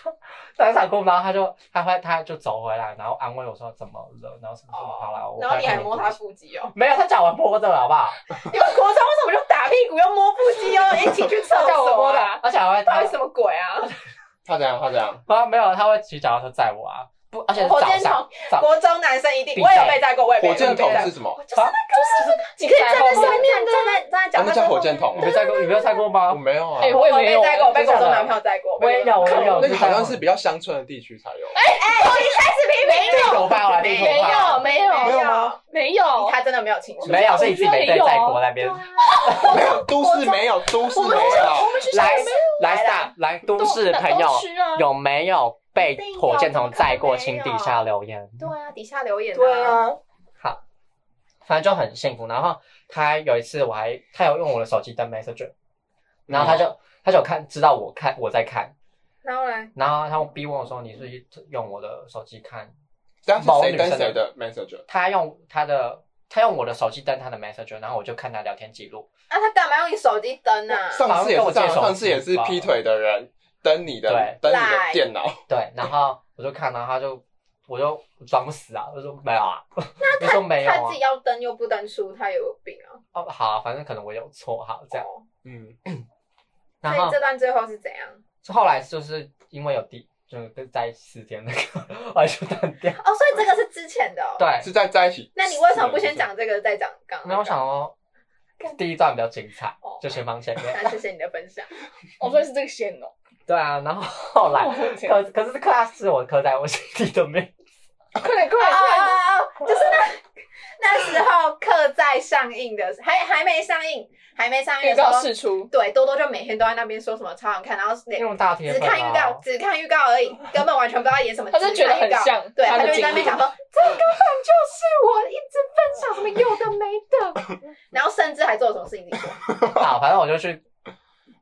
Speaker 2: 当场哭，然后他就他会他就走回来，然后安慰我说怎么了，然后什么什么，好啦，我
Speaker 1: 哦然后你还
Speaker 2: 看
Speaker 1: 摸
Speaker 2: 读
Speaker 1: 他
Speaker 2: 书，
Speaker 1: 腹肌哦，
Speaker 2: 没有，他讲完摸的了，好不好？
Speaker 1: 你们国中为什么就打屁股又摸腹肌哦？一起去厕
Speaker 2: 他叫我
Speaker 1: 所
Speaker 2: 摸的
Speaker 1: 啊？，
Speaker 2: 而且还会
Speaker 1: 到
Speaker 2: 他
Speaker 1: 底什么鬼啊？
Speaker 3: 他怎样？他怎样？
Speaker 2: 啊没有，他会骑脚踏车载我啊，不，而且是
Speaker 1: 火
Speaker 2: 早
Speaker 1: 箭
Speaker 2: 上
Speaker 1: 筒，
Speaker 2: 早
Speaker 1: 国中男生一定，
Speaker 2: 必
Speaker 1: 我也有
Speaker 2: 备
Speaker 1: 被载过，我也被
Speaker 3: 火箭筒
Speaker 1: 我也被载
Speaker 3: 是什么？
Speaker 1: 就是那个，就是你可以站在上面，站在站在
Speaker 3: 啊
Speaker 1: 讲
Speaker 3: 那
Speaker 1: 话
Speaker 3: 叫
Speaker 1: 在后
Speaker 3: 火
Speaker 1: 面。
Speaker 3: 箭筒
Speaker 2: 你。没载过，你没有载过吗
Speaker 3: 我？没有啊，
Speaker 4: 哎
Speaker 1: 我
Speaker 4: 我也没有
Speaker 1: 被载过，我被
Speaker 2: 真
Speaker 1: 国
Speaker 2: 的假的
Speaker 1: 中男朋友载过，
Speaker 2: 我也有，我也有，
Speaker 3: 那个好像
Speaker 2: 就是
Speaker 3: 比较乡村的地区才有。
Speaker 1: 哎开始批评
Speaker 2: 地狗派我来地
Speaker 1: 没
Speaker 2: 狗派。
Speaker 4: 有没有
Speaker 1: 没
Speaker 3: 没有
Speaker 1: 有
Speaker 3: 吗，
Speaker 4: 没有，
Speaker 1: 他真的没有情绪，
Speaker 2: 没有，是你自己没在在
Speaker 1: 啊
Speaker 2: 国那边。
Speaker 3: 没有，都市没有，都市没有。
Speaker 2: 来来
Speaker 1: 来
Speaker 2: 大来都市的朋友
Speaker 4: 东区啊
Speaker 2: 有没有被火箭筒载过？
Speaker 1: 一定
Speaker 2: 请
Speaker 1: 有
Speaker 2: 底下留言。
Speaker 1: 对啊，底下留言、啊。，，
Speaker 2: 好，反正就很幸福。然后他有一次我还他有用我的手机登
Speaker 1: 嗯
Speaker 2: Messenger，然后他就、他就看知道我看我在看，
Speaker 1: 然后呢？
Speaker 2: 然后他逼问我说你是用我的手机看，
Speaker 3: 这样是谁跟谁的 messenger？
Speaker 2: 他用他的他用我的手机登他的 Messenger，然后我就看他聊天记录。
Speaker 1: 啊，他干嘛用你手机登啊？
Speaker 3: 上次也是这
Speaker 2: 好像跟我借
Speaker 3: 样，
Speaker 2: 手机
Speaker 3: 上次也是
Speaker 2: 吧
Speaker 3: 劈腿的人登你的
Speaker 2: 对
Speaker 3: 登你
Speaker 1: 赖
Speaker 3: 的电脑，
Speaker 2: 对，然后我就看，然后他就我就装死啊，我就说没有啊， 我说没有
Speaker 1: 他
Speaker 2: 啊
Speaker 1: 自己。要登又不登书，他有病啊！
Speaker 2: 哦，好、啊，反正可能我有错，好这样。
Speaker 1: 哦
Speaker 3: 嗯，
Speaker 2: 然
Speaker 1: 所
Speaker 2: 后
Speaker 1: 以这段最后是怎样？
Speaker 2: 后来就是因为有第就是跟在一起四天那个， 我就断掉。
Speaker 1: 哦，所以这个是之前的、哦。。
Speaker 2: 对，啊
Speaker 3: 是在在一起。
Speaker 1: 那你为什么不先？讲这个再讲刚刚？
Speaker 2: 没有我想哦，第一段比较精彩
Speaker 1: 哦，
Speaker 2: 就先放前面。
Speaker 1: 那谢谢你的分享。
Speaker 4: 我说是这个线哦。
Speaker 2: 对啊，然后后 来
Speaker 4: 哦天
Speaker 2: 可可是克拉斯我刻在我心里的面。
Speaker 4: 快点快点
Speaker 1: 哦
Speaker 4: 快点！
Speaker 1: 哦哦，就是那那时候刻在上映的，还还没上映，还没上映的
Speaker 4: 预
Speaker 1: 时
Speaker 4: 告
Speaker 1: 候，
Speaker 4: 试出，
Speaker 1: 对多多就每天都在那边说什么超好看，然后
Speaker 2: 那
Speaker 1: 连
Speaker 2: 种大铁
Speaker 1: 只
Speaker 2: 粉
Speaker 1: 看预告，
Speaker 2: 啊，
Speaker 1: 只看预告而已，根本完全不知道演什么。
Speaker 4: 他就觉得
Speaker 1: 只看
Speaker 4: 很
Speaker 1: 预告
Speaker 4: 像
Speaker 1: 对，
Speaker 4: 他
Speaker 1: 他就
Speaker 4: 的
Speaker 1: 在那边
Speaker 4: 经
Speaker 1: 讲
Speaker 4: 历
Speaker 1: 说，这根本就是我一直分享什么有的没的，然后甚至还做了什么事情自己说。
Speaker 2: 好，反正我就去，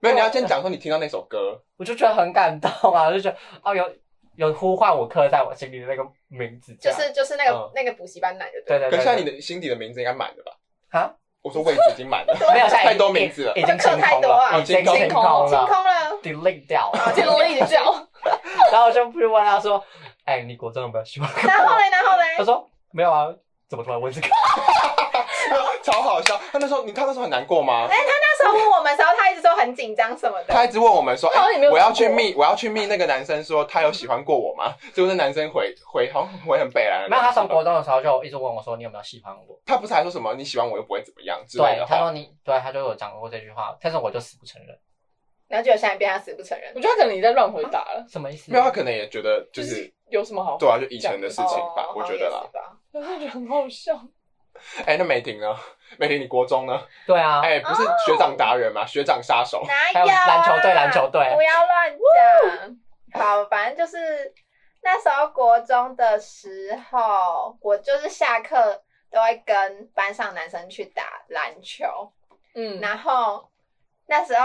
Speaker 3: 没有，你要先讲说你听到那首歌，
Speaker 2: 我就觉得很感动啊，我就觉得哦有有呼唤我刻在我心里的那个名字，这
Speaker 1: 就
Speaker 2: 样
Speaker 1: 是就是那个、
Speaker 3: 嗯
Speaker 1: 那个补习班男就对
Speaker 2: 对
Speaker 1: 了，
Speaker 2: 对
Speaker 3: 可
Speaker 2: 对。
Speaker 3: 是现在
Speaker 2: 对
Speaker 3: 你的心底的名字应该满了吧？
Speaker 2: 啊，
Speaker 3: 我说位置已经满了，
Speaker 2: 没有，现在已经
Speaker 3: 太多名字了
Speaker 2: 已经
Speaker 1: 这课
Speaker 2: 清
Speaker 1: 太
Speaker 2: 空
Speaker 1: 多啊
Speaker 2: 了，已经
Speaker 3: 清空
Speaker 2: 清空
Speaker 1: 清
Speaker 2: 了
Speaker 1: 空了。
Speaker 2: ，delete 掉了。
Speaker 4: 建立掉，
Speaker 2: 然后我就去问他说：“哎，你国中有没有喜欢过
Speaker 1: 然后嘞，然后嘞
Speaker 2: 他，说：“没有啊，怎么突然问这 个
Speaker 3: 超好笑。他那时候，你他那时候很难过吗？
Speaker 1: 那时候问我们的时候，他一直说很紧张什么的
Speaker 3: 他。一直问我们说，
Speaker 4: 他好像也没
Speaker 3: 哎，
Speaker 4: 有
Speaker 3: 我要
Speaker 4: 听
Speaker 3: 去
Speaker 4: 过
Speaker 3: 密，我要去密那个男生，说他有喜欢过我吗？结果那男生回回好像回很北来？”。
Speaker 2: 没有，他从国中的时候就一直问我说：“你有没有喜欢我
Speaker 3: 他不是还说什么你喜欢我又不会怎么样？”之类
Speaker 2: 对
Speaker 3: 的，
Speaker 2: 他
Speaker 3: 话？
Speaker 2: 说你对，他就有讲过这句话，但是我就死不承认，
Speaker 1: 然后结果现在变他死不承认
Speaker 4: 我。觉得他可能你在乱回答了，
Speaker 2: 什么意思？
Speaker 3: 没有，
Speaker 1: 啊
Speaker 3: 他可能也觉得
Speaker 4: 就
Speaker 3: 就
Speaker 4: 是是有什么好？
Speaker 3: 对啊，就以前的事情吧
Speaker 1: 哦，
Speaker 3: 我觉
Speaker 1: 好像也
Speaker 3: 得。啦
Speaker 1: 是。吧
Speaker 4: 我就觉得很好笑。
Speaker 3: 哎，那美婷呢？美婷，你国中呢？
Speaker 2: 对啊，
Speaker 3: 哎，不是学长达人吗？学长杀手。
Speaker 1: 哪
Speaker 2: 还有
Speaker 1: 有啊
Speaker 2: 篮球队篮球队
Speaker 1: 不要乱讲。好，反正就是那时候国中的时候，我就是下课都会跟班上男生去打篮球，
Speaker 4: 嗯，
Speaker 1: 然后那时候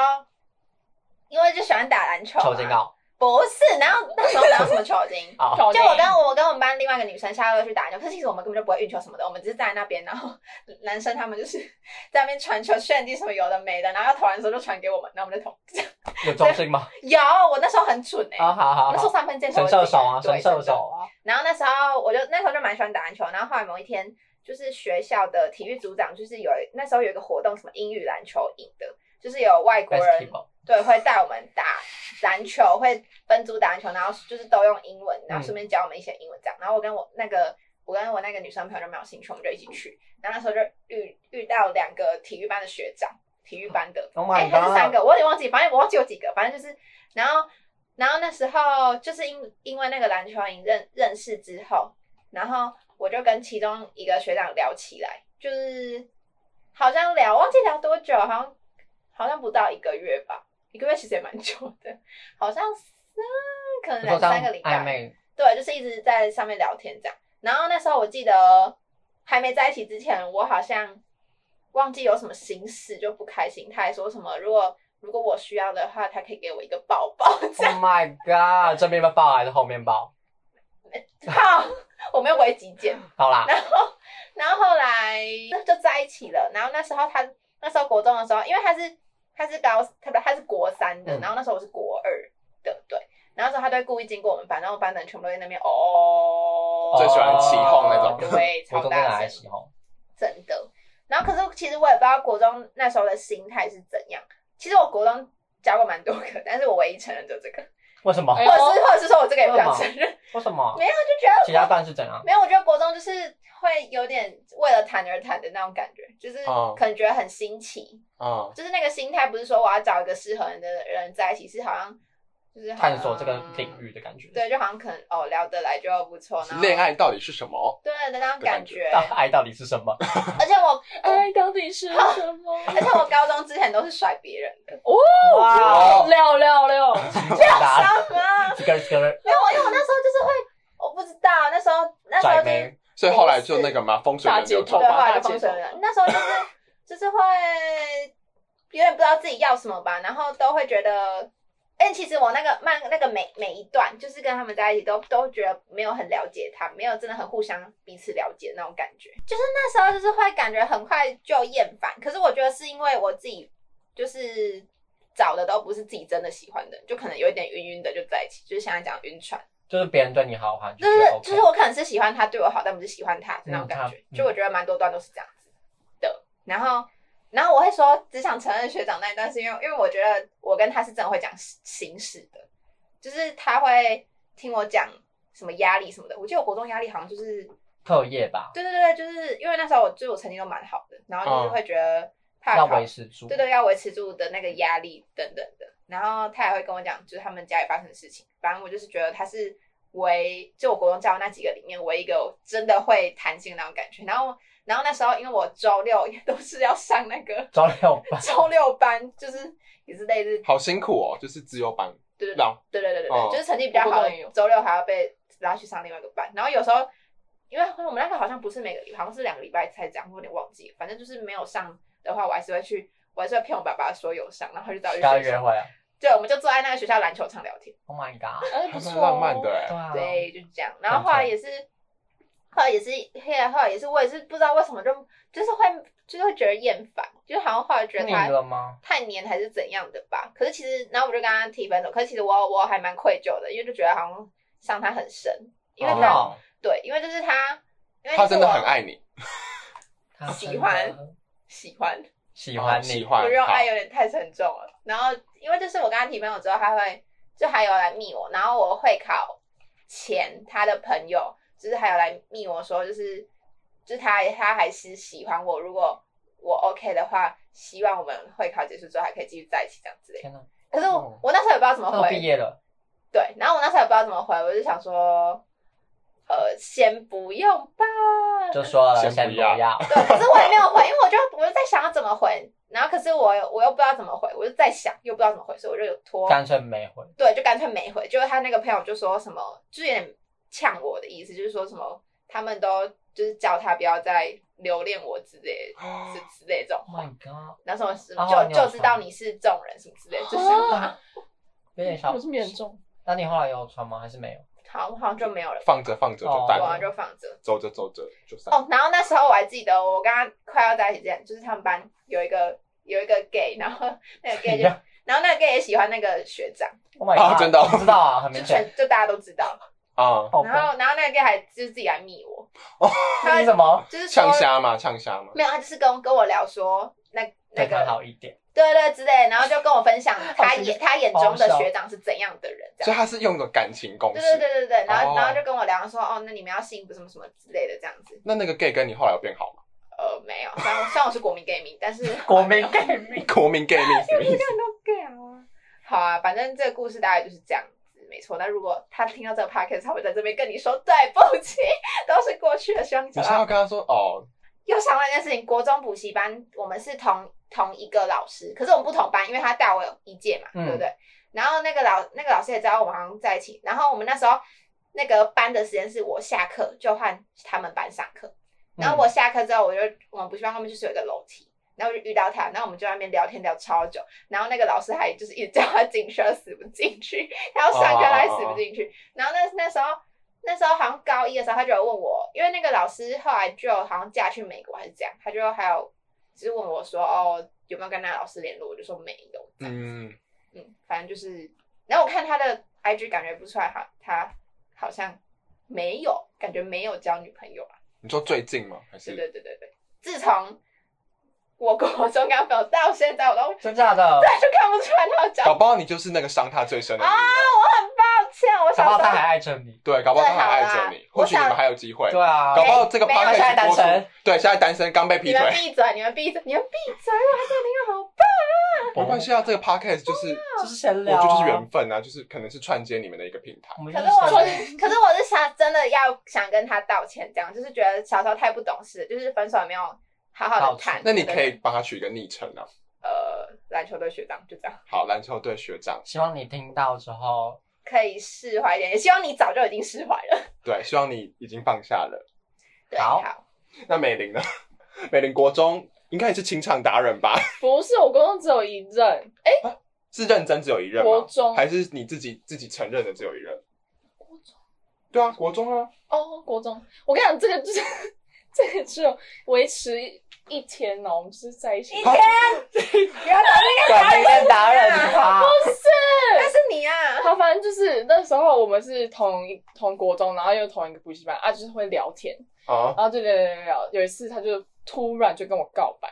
Speaker 1: 因为就喜欢打篮球嘛，
Speaker 2: 抽筋告？
Speaker 1: 不是，然后那时候哪有什么球精
Speaker 2: 啊，
Speaker 4: 搞
Speaker 1: 就
Speaker 4: 定
Speaker 1: 我跟我跟我们班另外一个女生下课去打篮球，可是其实我们根本就不会运球什么的，我们只是站在那边，然后 男生他们就是 在那边传球、炫技什么有的没的，然后要投篮的时候就传给我们，然后我们就投。
Speaker 2: 有中心吗？
Speaker 1: 有，我那时候很蠢哎、
Speaker 2: 啊，好好
Speaker 1: 我那时候
Speaker 2: 好，
Speaker 1: 三分箭
Speaker 2: 神射手啊，
Speaker 1: 对
Speaker 2: 神射手。啊，
Speaker 1: 然后那时候我就那时候就蛮喜欢打篮球，然后后来某一天就是学校的体育组长就是有那时候有一个活动，什么英语篮球营的，就是有外国人
Speaker 2: basketball
Speaker 1: 对，会带我们打篮球，会分组打篮球，然后就是都用英文，然后顺便教我们一些英文这样。然后我跟我那个我跟我那个女生朋友就没有兴趣，我们就一起去。然后那时候就遇遇到两个体育班的学长，体育班的，
Speaker 2: Oh
Speaker 1: 哎、
Speaker 2: my
Speaker 1: 还是三
Speaker 2: god！
Speaker 1: 个，我有点忘记，反正我忘记有几个，反正就是，然后，然后那时候就是因因为那个篮球营认认识之后，然后我就跟其中一个学长聊起来，就是好像聊忘记聊多久，好像好像不到一个月吧，一个月其实也蛮久的，好像是可能
Speaker 2: 你说
Speaker 1: 两
Speaker 2: 这样
Speaker 1: 三个礼拜，
Speaker 2: 暧昧，
Speaker 1: 对，就是一直在上面聊天这样。然后那时候我记得哦还没在一起之前，我好像忘记有什么心事就不开心，他还说什么如果如果我需要的话，他可以给我一个抱抱 这样。
Speaker 2: Oh my god！正面抱还是后面抱？
Speaker 1: 好，我没有违纪检。
Speaker 2: 好啦，
Speaker 1: 然后，然后后来就在一起了。然后那时候他那时候国中的时候，因为他是他是高他不他是国三的，
Speaker 2: 嗯
Speaker 1: 然后那时候我是国二的，对。然后那时候他都会故意经过我们班，然后我们班的人全部都在那边哦，
Speaker 3: 最喜欢起哄那种
Speaker 1: 对，
Speaker 2: 我
Speaker 1: 超
Speaker 2: 中间
Speaker 1: 大
Speaker 2: 来哦
Speaker 1: 声
Speaker 2: 起，哄。
Speaker 1: 真的。然后可是其实我也不知道国中那时候的心态是怎样。其实我国中教过蛮多个，但是我唯一承认就这个，
Speaker 2: 为什么？
Speaker 4: 哎
Speaker 1: 或者是或者是说我这个也不想承认，
Speaker 2: 为什么
Speaker 1: 没？有就觉得
Speaker 2: 其他班是怎样？
Speaker 1: 没有，我觉得国中就是会有点为了谈而谈的那种感觉，就是
Speaker 3: 哦
Speaker 1: 可能觉得很新奇，
Speaker 3: 嗯，
Speaker 1: 就是那个心态不是说我要找一个适合人的人在一起，是好像就是好像嗯
Speaker 2: 探索这个领，域的感觉。
Speaker 1: 对，就好像可能哦聊得来就不错，然后
Speaker 3: 啊恋爱到底是什么？
Speaker 1: 对的那种感觉，
Speaker 2: 到底爱到底是什么？
Speaker 1: 而且 我
Speaker 4: 爱哎到底是什么？
Speaker 1: 而且我高中之前都是甩别人的，
Speaker 3: 哦
Speaker 2: 哇！
Speaker 4: 六六 六，
Speaker 2: 这样打，
Speaker 1: 什么？
Speaker 2: 这个这个
Speaker 1: 没有，因为我那时候就是会，我不知道那时候那时候就
Speaker 2: 拽
Speaker 1: 是
Speaker 2: 妹，
Speaker 3: 所以后来就那个嘛，风水轮流
Speaker 4: 大街
Speaker 3: 转
Speaker 1: 对，
Speaker 4: 头
Speaker 1: 后来就
Speaker 4: 大
Speaker 1: 封
Speaker 4: 街
Speaker 1: 神
Speaker 4: 头
Speaker 1: 了。那时候就是就是会有点不知道自己要什么吧，然后都会觉得，哎、其实我那个漫那个每每一段，就是跟他们在一起都都觉得没有很了解他，没有真的很互相彼此了解那种感觉。就是那时候就是会感觉很快就厌烦，可是我觉得是因为我自己就是。找的都不是自己真的喜欢的，就可能有一点晕晕的就在一起，就是现在讲晕船，
Speaker 2: 就是别人对你好好，你
Speaker 1: 就
Speaker 2: 就觉
Speaker 1: 是
Speaker 2: 得 OK
Speaker 1: 就是我可能是喜欢他对我好，但不是喜欢他那种感觉。
Speaker 2: 嗯他
Speaker 1: 就我觉得蛮多段都是这样子的。然后，然后我会说只想承认学长那一段，是因为因为我觉得我跟他是真的会讲形式的，就是他会听我讲什么压力什么的。我记得我国中压力好像就是，
Speaker 2: 课业吧，
Speaker 1: 对对对，就是因为那时候我就是我成绩都蛮好的，然后就是会觉得怕
Speaker 2: 哦要
Speaker 1: 考
Speaker 2: 维持住。
Speaker 1: 对对，要维持住的那个压力等等的。然后他也会跟我讲，就是他们家里发生的事情。反正我就是觉得他是唯，就我国中教的那几个里面唯一一个我真的会弹性的那种感觉。然后，然后那时候因为我周六也都是要上那个
Speaker 2: 周六班，
Speaker 1: 周六班，就是也是类似，
Speaker 3: 好辛苦哦，就是自由班
Speaker 1: 对对对
Speaker 3: 让
Speaker 1: 对对对对，
Speaker 3: 哦
Speaker 1: 对，就是成绩比较好
Speaker 4: 我
Speaker 1: 的
Speaker 4: 懂你有，
Speaker 1: 周六还要被拉去上另外一个班。然后有时候，因为我们那个好像不是每个礼拜，好像是两个礼拜才讲，我有点忘记了。反正就是没有上的话，我还是会去，我还是会骗我爸爸说有上，然后他就找
Speaker 2: 跟
Speaker 1: 去
Speaker 2: 他
Speaker 1: 学
Speaker 2: 约
Speaker 1: 校。
Speaker 2: 会啊
Speaker 1: 对，我们就坐在那个学校篮球场聊天。
Speaker 2: ！Oh my god！
Speaker 4: 哎，不
Speaker 3: 还蛮
Speaker 4: 错，
Speaker 1: 哦
Speaker 3: 浪漫的。哎。
Speaker 2: 对啊，
Speaker 1: 对，就是这样。然后后来也是，后来也是，后来后来也是，我也是不知道为什么就就是会就是会觉得厌烦，就是好像后来觉
Speaker 2: 那
Speaker 1: 得
Speaker 2: 你
Speaker 1: 他
Speaker 2: 了吗？
Speaker 1: 太黏还是怎样的吧。可是其实，然后我就跟他提分手，可是其实我我还蛮愧疚的，因为就觉得好像伤他很深，因为
Speaker 2: 哦
Speaker 1: 他、
Speaker 2: 哦
Speaker 1: 对，因为就是他，因为
Speaker 3: 他真的
Speaker 1: 就是
Speaker 3: 很
Speaker 1: 我
Speaker 3: 爱你，
Speaker 2: 他真的
Speaker 1: 喜欢喜欢，
Speaker 2: 喜欢
Speaker 3: 哦喜
Speaker 2: 你，
Speaker 3: 欢
Speaker 1: 我觉得
Speaker 3: 好
Speaker 1: 爱有点太沉重了。然后因为就是我跟他提朋友之后，他会就还有来密我，然后我会考前他的朋友就是还有来密我说，就是就是他他还是喜欢我，如果我 OK 的话，希望我们会考结束之后还可以继续在一起这样之类的。
Speaker 2: 天哪！
Speaker 1: 可是我、
Speaker 2: 哦
Speaker 1: 我那时候也不知道怎么
Speaker 2: 他都
Speaker 1: 回，
Speaker 2: 毕业了，
Speaker 1: 对，然后我那时候也不知道怎么回，我就想说，呃，先不用吧。
Speaker 2: 就说了
Speaker 3: 先
Speaker 2: 先
Speaker 3: 不
Speaker 2: 不
Speaker 3: 要
Speaker 2: 要。
Speaker 1: 对，可是我也没有回，因为我就我就在想要怎么回，然后可是我又我又不知道怎么回，我就在想又不知道怎么回，所以我就有拖，
Speaker 2: 干脆没回。
Speaker 1: 对，就干脆没回。结果他那个朋友就说什么，就是有点呛我的意思，就是说什么他们都就是叫他不要再留恋我之类之之类这种
Speaker 2: Oh my
Speaker 1: 话，
Speaker 2: god！
Speaker 1: 然后什么什
Speaker 2: 哦
Speaker 1: 么
Speaker 2: 你
Speaker 1: 就
Speaker 2: 有
Speaker 1: 就知道你是这种人什么之类， 就是
Speaker 4: 啊
Speaker 2: 有点小
Speaker 4: 我。是面中，
Speaker 2: 那你后来有传吗？还是没有？
Speaker 1: 好，我好像就没有了，
Speaker 3: 放着放着就淡
Speaker 1: 我好啊
Speaker 3: 了
Speaker 1: 像，就放着。
Speaker 3: 走着走着就散。
Speaker 1: 哦，然后那时候我还记得，我跟他快要在一起之前，就是他们班有一个有一个 gay，然后那个 gay 就
Speaker 2: 一样，
Speaker 1: 然后那个 gay 也喜欢那个学长，
Speaker 2: Oh my
Speaker 3: 啊
Speaker 2: god！
Speaker 3: 真的哦
Speaker 2: 我知道啊，很
Speaker 1: 就
Speaker 2: 明显。
Speaker 1: 全就大家都知道。
Speaker 3: 啊，
Speaker 2: 好
Speaker 1: 然后然后那个 gay 还就是自己来密我，他
Speaker 2: 哦你怎么
Speaker 1: 就是说
Speaker 3: 呛虾嘛，呛虾嘛。
Speaker 1: 没有，他就是跟跟我聊说那那
Speaker 2: 对他
Speaker 1: 个
Speaker 2: 好一点？
Speaker 1: 对对之类，然后就跟我分享他
Speaker 2: 其实
Speaker 1: 眼他眼中的
Speaker 2: 好笑
Speaker 1: 学长是怎样的人，这
Speaker 3: 所以
Speaker 1: 样。
Speaker 3: 他是用一种感情攻势。
Speaker 1: 对对对对对，然后、
Speaker 3: 哦
Speaker 1: 然后就跟我聊说，哦，那你们要幸福什么什么之类的这样子。
Speaker 3: 那那个 gay 跟你后来有变 好吗？
Speaker 1: 呃，没有，虽然我虽然我是国民 gay 迷，但是
Speaker 2: 国民 gay 迷，
Speaker 3: 国民 gay 命什么意思？
Speaker 1: gay 啊。 好啊，反正这个故事大概就是这样子，没错。那如果他听到这个 podcast，他会在这边跟你说对不起，都是过去的，希望你
Speaker 3: 你
Speaker 1: 找
Speaker 3: 是要
Speaker 1: 到。
Speaker 3: 跟他说哦，
Speaker 1: 又想到一件事情，国中补习班我们是同同一个老师，可是我们不同班，因为他大我一届嘛，
Speaker 2: 嗯
Speaker 1: 对不对？然后那个老那个老师也知道我们好像在一起，然后我们那时候那个班的时间是我下课就换他们班上课，然
Speaker 2: 嗯
Speaker 1: 后我下课之后，我就我们补习班后面就是有一个楼梯，然后我就遇到他，然后我们就在那边聊天聊超久，然后那个老师还就是一直叫他进去，他死不进去，他要上课他还死不进去。然后那那时候那时候好像高一的时候，他就有问我，因为那个老师后来就好像嫁去美国还是这样，他就还有就是问我说哦有没有跟那个老师联络，我就说没有，嗯
Speaker 3: 嗯，
Speaker 1: 嗯，反正就是，然后我看他的 IG 感觉不出来，好他好像没有感觉没有交女朋友。
Speaker 3: 你说最近吗？还
Speaker 1: 对
Speaker 3: 是
Speaker 1: 对对对对，自从我国中跟朋友到现在，我都
Speaker 2: 真假的，
Speaker 1: 再就看不出来他有交。
Speaker 3: 搞不好你就是那个伤他最深的
Speaker 1: 啊
Speaker 3: 人。
Speaker 1: 抱歉，我
Speaker 2: 搞
Speaker 1: 小
Speaker 2: 不好
Speaker 1: 时
Speaker 2: 他还
Speaker 1: 候
Speaker 2: 爱着你。
Speaker 3: 对，搞不好他还爱
Speaker 1: 最好啊
Speaker 3: 着
Speaker 1: 啦
Speaker 3: 你，或许你
Speaker 1: 我
Speaker 3: 们
Speaker 1: 想
Speaker 3: 还有机会。
Speaker 2: 对啊，
Speaker 3: 搞不好这个
Speaker 1: 没有
Speaker 3: podcast
Speaker 1: 现
Speaker 2: 在单
Speaker 3: 播出
Speaker 2: 身，
Speaker 3: 对，现在单身刚被
Speaker 1: 你
Speaker 3: 劈
Speaker 1: 们
Speaker 3: 腿，
Speaker 1: 闭嘴，你们闭嘴，你们闭嘴，啊我还真的没有好
Speaker 3: 没关系啊。这个 podcast 就是
Speaker 2: 就是闲
Speaker 3: 我
Speaker 2: 聊啊，
Speaker 3: 觉得就是缘分啊，就是可能是串接你们的一个平台。
Speaker 2: 我们就
Speaker 1: 可
Speaker 2: 是
Speaker 1: 是我
Speaker 2: 闲聊。
Speaker 1: 是，可是我是想真的要想跟他道歉，这样就是觉得小时候太不懂事，就是分手也没有好好
Speaker 2: 道
Speaker 1: 的
Speaker 2: 歉
Speaker 1: 谈。
Speaker 3: 那你可
Speaker 1: 对
Speaker 3: 以帮他取一个昵称啊，
Speaker 1: 呃，篮球队学长就这样，
Speaker 3: 好，篮球队学长。
Speaker 2: 希望你听到之后，
Speaker 1: 可以释怀一点，也希望你早就已经释怀了。
Speaker 3: 对，希望你已经放下了。
Speaker 1: 对，
Speaker 2: 好
Speaker 1: 好
Speaker 3: 那美玲呢？ 美玲国中应该也是清唱达人吧？
Speaker 4: 不是，我高中只有一任，
Speaker 3: 是认真只有一任
Speaker 4: 国
Speaker 3: 吗？
Speaker 4: 中
Speaker 3: 还是你自己自己承认的只有一任？对啊，国中啊，
Speaker 4: 哦，国中。我跟你讲，这个就是 这个只有维持一天哦，我们就是在一起。
Speaker 1: 一
Speaker 4: 不
Speaker 1: 天，不要打那个
Speaker 2: 短命恋达人
Speaker 1: 啊
Speaker 2: 卡，
Speaker 1: 那
Speaker 4: 是，
Speaker 1: 是你啊！
Speaker 4: 好，反正就是那时候我们是同一同国中，然后又同一个补习班啊，就是会聊天，
Speaker 3: 啊，
Speaker 4: 然后就聊聊聊聊。有一次他就突然就跟我告白，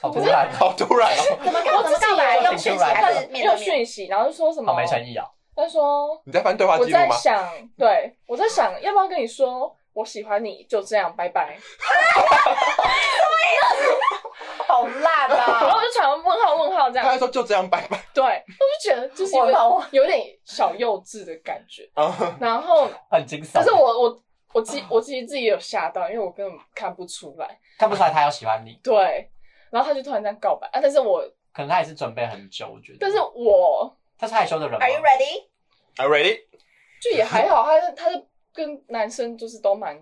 Speaker 2: 好突然，啊
Speaker 3: 好突然哦！
Speaker 1: 怎么看？怎么告白？用讯息还是面
Speaker 4: 用
Speaker 1: 对面？
Speaker 4: 讯息，然后就说什么
Speaker 2: 好没诚意哦。
Speaker 4: 他说
Speaker 3: 你在翻对话
Speaker 4: 我
Speaker 3: 记录
Speaker 4: 在
Speaker 3: 吗？
Speaker 4: 想，对我在想要不要跟你说我喜欢你，就这样，拜拜。
Speaker 2: 好烂
Speaker 4: 然后
Speaker 2: 啊！
Speaker 4: 我就传问号问号这样
Speaker 3: 他，还说就这样拜拜
Speaker 4: 对，我就觉得就是有
Speaker 2: 我
Speaker 4: 点
Speaker 2: 老我
Speaker 4: 有点小幼稚的感觉。
Speaker 3: 啊！
Speaker 4: 然后，
Speaker 2: 很惊悚，
Speaker 4: 可是我我我自己我自己自己有吓到，因为我根本看不出来。
Speaker 2: 看不出来他有喜欢你，
Speaker 4: 对，然后他就突然这样告白啊！但是我
Speaker 2: 可能他也是准备很久，我觉得。
Speaker 4: 但是我哎
Speaker 2: 他是害羞的人吗
Speaker 1: Are you ready？
Speaker 3: a ready？
Speaker 4: 就也还好，他他是跟男生就是都蛮，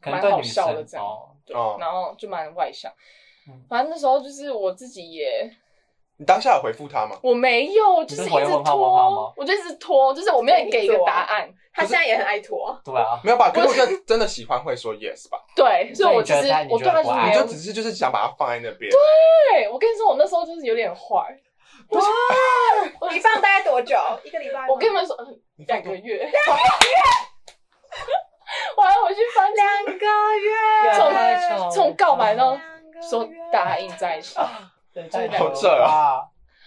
Speaker 2: 可能对女
Speaker 4: 蛮好笑的这
Speaker 2: 生
Speaker 4: 样
Speaker 2: 哦，
Speaker 3: 哦，
Speaker 4: 然后就蛮外向
Speaker 2: 嗯。
Speaker 4: 反正那时候就是我自己也
Speaker 3: 你当下有回复他吗？
Speaker 4: 我没有，就是一
Speaker 2: 你不是回
Speaker 4: 直
Speaker 2: 问号问号
Speaker 4: 拖
Speaker 2: 吗，
Speaker 4: 我就一直拖，就是我没有给一个答案。
Speaker 1: 他现在也很爱拖，
Speaker 2: 对啊，
Speaker 3: 没有吧？可是我觉得真的喜欢会说 yes 吧，
Speaker 4: 对，所以我其
Speaker 2: 所以你
Speaker 4: 实
Speaker 2: 觉得他你
Speaker 4: 我
Speaker 2: 觉
Speaker 4: 对
Speaker 2: 得
Speaker 4: 他
Speaker 2: 不
Speaker 4: 就是
Speaker 2: 爱
Speaker 4: 没
Speaker 3: 你
Speaker 4: 有
Speaker 3: 就。只是就是想把它放在那边。
Speaker 4: 对，我跟你说，我那时候就是有点坏。
Speaker 1: 你放大概多久？一个礼拜吗？
Speaker 4: 我跟你们说，呃两个月，两个月，我还回去翻
Speaker 1: 两个月，
Speaker 4: 从
Speaker 2: 太丑了
Speaker 4: 从告白到
Speaker 1: 两个月
Speaker 4: 说答应在一起，
Speaker 2: 对
Speaker 4: 好
Speaker 3: 这
Speaker 2: 啊，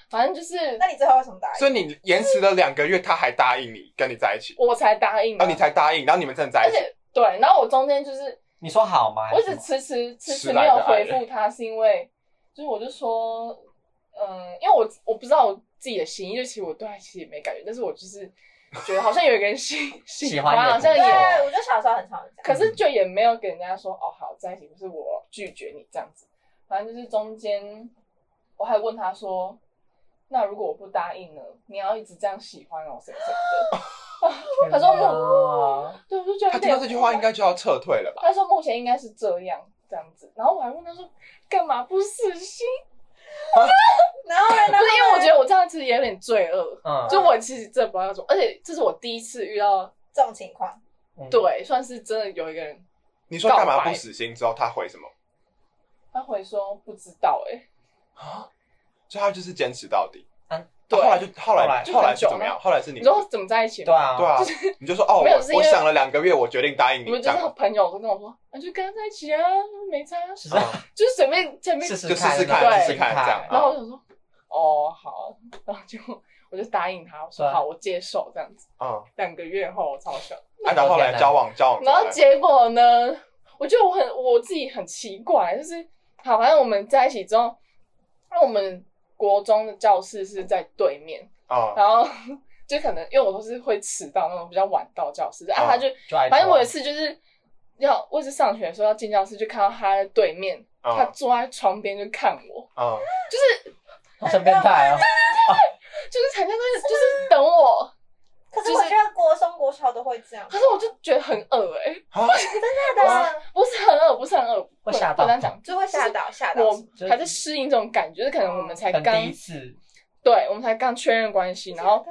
Speaker 4: 反正就是
Speaker 1: 那你最后为什么答应？
Speaker 3: 所以你延迟了两个月，他还答应你跟你在一起，
Speaker 4: 我才答应嘛
Speaker 3: 然哦后你才答应，然后你们真的在
Speaker 4: 而
Speaker 3: 一起。
Speaker 4: 且对，然后我中间就是
Speaker 2: 你说好吗？
Speaker 4: 我一直迟迟迟迟
Speaker 3: 迟
Speaker 4: 没
Speaker 3: 来
Speaker 4: 有
Speaker 3: 的爱
Speaker 4: 回
Speaker 3: 人
Speaker 4: 复他，是因为就是我就说，嗯，因为我我不知道我自己的心意，就其实我对他其实也没感觉，但是我就是觉得好像有一个人喜
Speaker 2: 喜
Speaker 4: 欢，
Speaker 2: 欢你
Speaker 4: 好像
Speaker 2: 对
Speaker 4: 有，
Speaker 1: 对，我就小时候很常这样。
Speaker 4: 可
Speaker 3: 嗯
Speaker 4: 是就也没有给人家说哦好在一起，就是我拒绝你这样子。反正就是中间我还问他说，那如果我不答应呢？你要一直这样喜欢我什么什么
Speaker 2: 我
Speaker 4: 他说嗯
Speaker 2: 我，
Speaker 4: 的。对，我就觉得
Speaker 3: 他
Speaker 4: 有
Speaker 3: 听
Speaker 4: 点
Speaker 3: 到这句话应该就要撤退了吧？
Speaker 4: 他说目前应该是这样这样子。然后我还问他说干嘛不死心？
Speaker 1: 然后呢？
Speaker 4: 不是因为我觉得我这样其实也有点罪恶。
Speaker 2: 嗯，
Speaker 4: 就我其实真的不知道要怎么，而且这是我第一次遇到，
Speaker 1: 这种情况，
Speaker 2: 嗯，
Speaker 4: 对，算是真的有一个人，
Speaker 3: 你说干
Speaker 4: 告
Speaker 3: 嘛
Speaker 4: 白
Speaker 3: 不死心之后，他回什么？
Speaker 4: 他回说不知道、欸，哎，
Speaker 3: 所以他就是坚持到底。
Speaker 2: 嗯
Speaker 3: 对，后来就后
Speaker 2: 后来
Speaker 3: 来
Speaker 4: 就
Speaker 3: 后来
Speaker 4: 很
Speaker 3: 是
Speaker 4: 久
Speaker 3: 怎么
Speaker 4: 吗
Speaker 3: 样？后来是你
Speaker 4: 你说怎么在一起吗？
Speaker 2: 对啊，
Speaker 3: 对啊，你就说哦，
Speaker 4: 没有是
Speaker 3: 我我
Speaker 4: 因为
Speaker 3: 想了两个月，我决定答应
Speaker 4: 你
Speaker 3: 你
Speaker 4: 们
Speaker 3: 这
Speaker 4: 就是
Speaker 3: 样。
Speaker 4: 朋友都跟我说，那就跟他在一起啊，没差，
Speaker 2: 是
Speaker 3: 嗯
Speaker 4: 就是随便前面。
Speaker 2: 试试
Speaker 3: 就试
Speaker 2: 看，啊
Speaker 3: 试看啊
Speaker 4: 对
Speaker 3: 试试看这样
Speaker 4: 然后我想说，哦好，然后就我就答应他，我说
Speaker 2: 对
Speaker 4: 好，我接受这样子。
Speaker 3: 嗯，
Speaker 4: 两个月后，我超爽。
Speaker 3: 啊，然后后来交往交往，
Speaker 4: 然后结果呢，我觉得我很我自己很奇怪，就是好，反正我们在一起之后，那我们国中的教室是在对面，
Speaker 3: 啊，嗯
Speaker 4: 然后 就可能因为我都是会迟到那种比较晚到教室，啊，
Speaker 3: 嗯
Speaker 4: 他就
Speaker 2: 就爱
Speaker 4: 反正我有一
Speaker 2: 是
Speaker 4: 次就是要我也是上学的时候要进教室，就看到他在对面，
Speaker 3: 嗯
Speaker 4: 他坐在床边就看我，
Speaker 3: 嗯，
Speaker 2: 好像变态啊，
Speaker 4: 就是很像在就是等我，
Speaker 1: 可是我觉得国中、国小都会这样。
Speaker 4: 可是我就觉得很恶哎、
Speaker 3: 啊，
Speaker 1: 真的
Speaker 4: 不是很恶，不是很恶，
Speaker 2: 会吓到
Speaker 4: 不能这样讲，
Speaker 1: 就会吓到，吓到。
Speaker 4: 我还在适应这种感觉，就是可能我们才
Speaker 2: 很
Speaker 4: 刚
Speaker 2: 第一次，
Speaker 4: 对，我们才刚确认关系，然后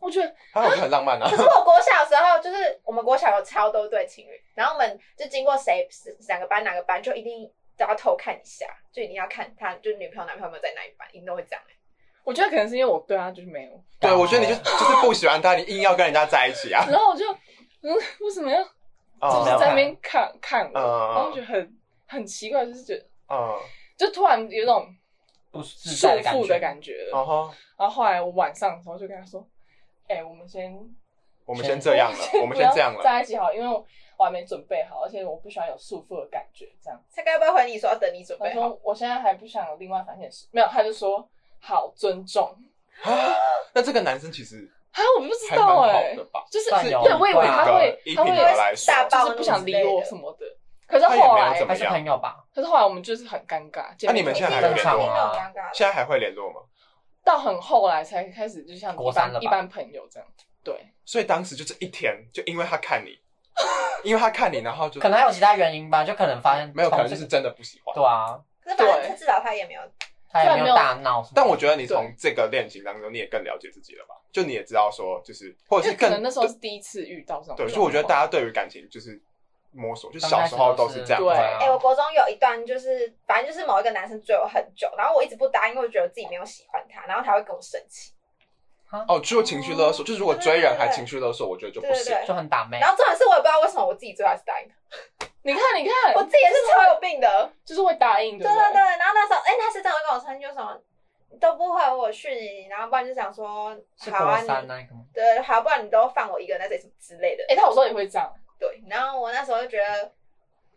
Speaker 4: 我觉得
Speaker 3: 他好像很浪漫啊
Speaker 1: 可，是我国小的时候，就是我们国小有超多对情侣，然后我们就经过谁哪个班哪个班，就一定都要偷看一下，就一定要看他就是女朋友男朋友有没有在哪一班，一定都会这样。欸
Speaker 4: 我觉得可能是因为我对他就是 没有，
Speaker 3: 对我觉得你就就是不喜欢他，你硬要跟人家在一起啊，
Speaker 4: 然后我就嗯，为什么要就
Speaker 2: 哦
Speaker 4: 是
Speaker 3: 嗯
Speaker 4: 在那边看看我，
Speaker 3: 嗯
Speaker 4: 然后我觉得很很奇怪，就是觉得
Speaker 3: 嗯，
Speaker 4: 就突然有一种
Speaker 2: 不自
Speaker 4: 束
Speaker 2: 在的
Speaker 4: 缚
Speaker 2: 感
Speaker 4: 的
Speaker 2: 觉，
Speaker 4: 感觉了
Speaker 3: 然后
Speaker 4: 然后后来我晚上的时候就跟他说，哎、我们先
Speaker 3: 我们先这样了，我们先
Speaker 4: 不要
Speaker 3: 这样了，
Speaker 4: 在一起好了，因为我我还没准备好，而且我不喜欢有束缚的感觉，这样。
Speaker 1: 他该不会回你说要等你准
Speaker 4: 他
Speaker 1: 备好？
Speaker 4: 说我现在还不想有另外发现事，没有，他就说好尊重。
Speaker 3: 啊那这个男生其实
Speaker 4: 啊，我不知
Speaker 3: 还蛮
Speaker 4: 道
Speaker 3: 好
Speaker 4: 哎、
Speaker 3: 的吧？啊
Speaker 4: 就是
Speaker 2: 算
Speaker 4: 对，
Speaker 2: 有
Speaker 4: 我以为他会
Speaker 3: 一，
Speaker 4: 他
Speaker 3: 定
Speaker 4: 会
Speaker 3: 的来说，
Speaker 1: 大
Speaker 4: 就
Speaker 1: 爆
Speaker 4: 是不想理我什么的。可是后
Speaker 3: 他也没有
Speaker 4: 来
Speaker 3: 怎，么
Speaker 2: 还是朋友吧，
Speaker 4: 可是后来我们就是很尴尬。见面
Speaker 3: 那你们现在还
Speaker 1: 一
Speaker 3: 有
Speaker 1: 定
Speaker 3: 联
Speaker 1: 一
Speaker 2: 正
Speaker 3: 络
Speaker 1: 定
Speaker 2: 常
Speaker 3: 吗？
Speaker 2: 啊
Speaker 1: 都很尴尬
Speaker 3: 现在还会联络吗？
Speaker 4: 到很后来才开始，就像
Speaker 2: 国
Speaker 4: 一
Speaker 2: 三了吧
Speaker 4: 般一般朋友这样。对，
Speaker 3: 所以当时就这一天，就因为他看 你，因为他看你，然后就
Speaker 2: 可能还有其他原因吧，就可能发现
Speaker 3: 没有，可能
Speaker 2: 从
Speaker 3: 就
Speaker 2: 这
Speaker 3: 是真的不喜欢。
Speaker 2: 对啊，
Speaker 1: 可是反正
Speaker 4: 对
Speaker 1: 他至少他也没有，
Speaker 2: 他也没
Speaker 4: 虽然没
Speaker 2: 有
Speaker 4: 有
Speaker 2: 大闹什么，
Speaker 3: 但我觉得你从这个恋情当中，你也更了解自己了吧？就你也知道说，就是或
Speaker 4: 因
Speaker 3: 者
Speaker 4: 为
Speaker 3: 是
Speaker 4: 可
Speaker 3: 更
Speaker 4: 能那时候是第一次遇到这种状况。
Speaker 3: 对，所以我觉得大家对于感情就是摸索，就小时候都是这样。
Speaker 4: 对
Speaker 1: 哎、我国中有一段就是，反正就是某一个男生追我很久，然后我一直不答应，因为我觉得我自己没有喜欢他，然后他会跟我生气。
Speaker 3: 哦，只有情绪勒索，就是如果追人还情绪勒索，我觉得就不
Speaker 1: 对对
Speaker 3: 行。
Speaker 1: 对。
Speaker 2: 就很打妹
Speaker 1: 然，后重点是我也不知道为什么我自己最后还是答应他，
Speaker 4: 你看，你
Speaker 1: 我
Speaker 4: 看，
Speaker 1: 自己也是超有病的。
Speaker 4: 就是会答应，
Speaker 1: 对
Speaker 4: 嗯对不
Speaker 1: 对对，
Speaker 4: 对？
Speaker 1: 然后那时候，哎、他是真的跟我称就什么都不回我讯息，然后不然就想说，
Speaker 2: 是
Speaker 1: 好啊
Speaker 2: 国三
Speaker 1: 你，
Speaker 2: 那一个吗？
Speaker 1: 对，好，不然你都放我一个人在这里什么之类的。
Speaker 4: 哎，他有时候也会这样，
Speaker 1: 对，然后我那时候就觉得，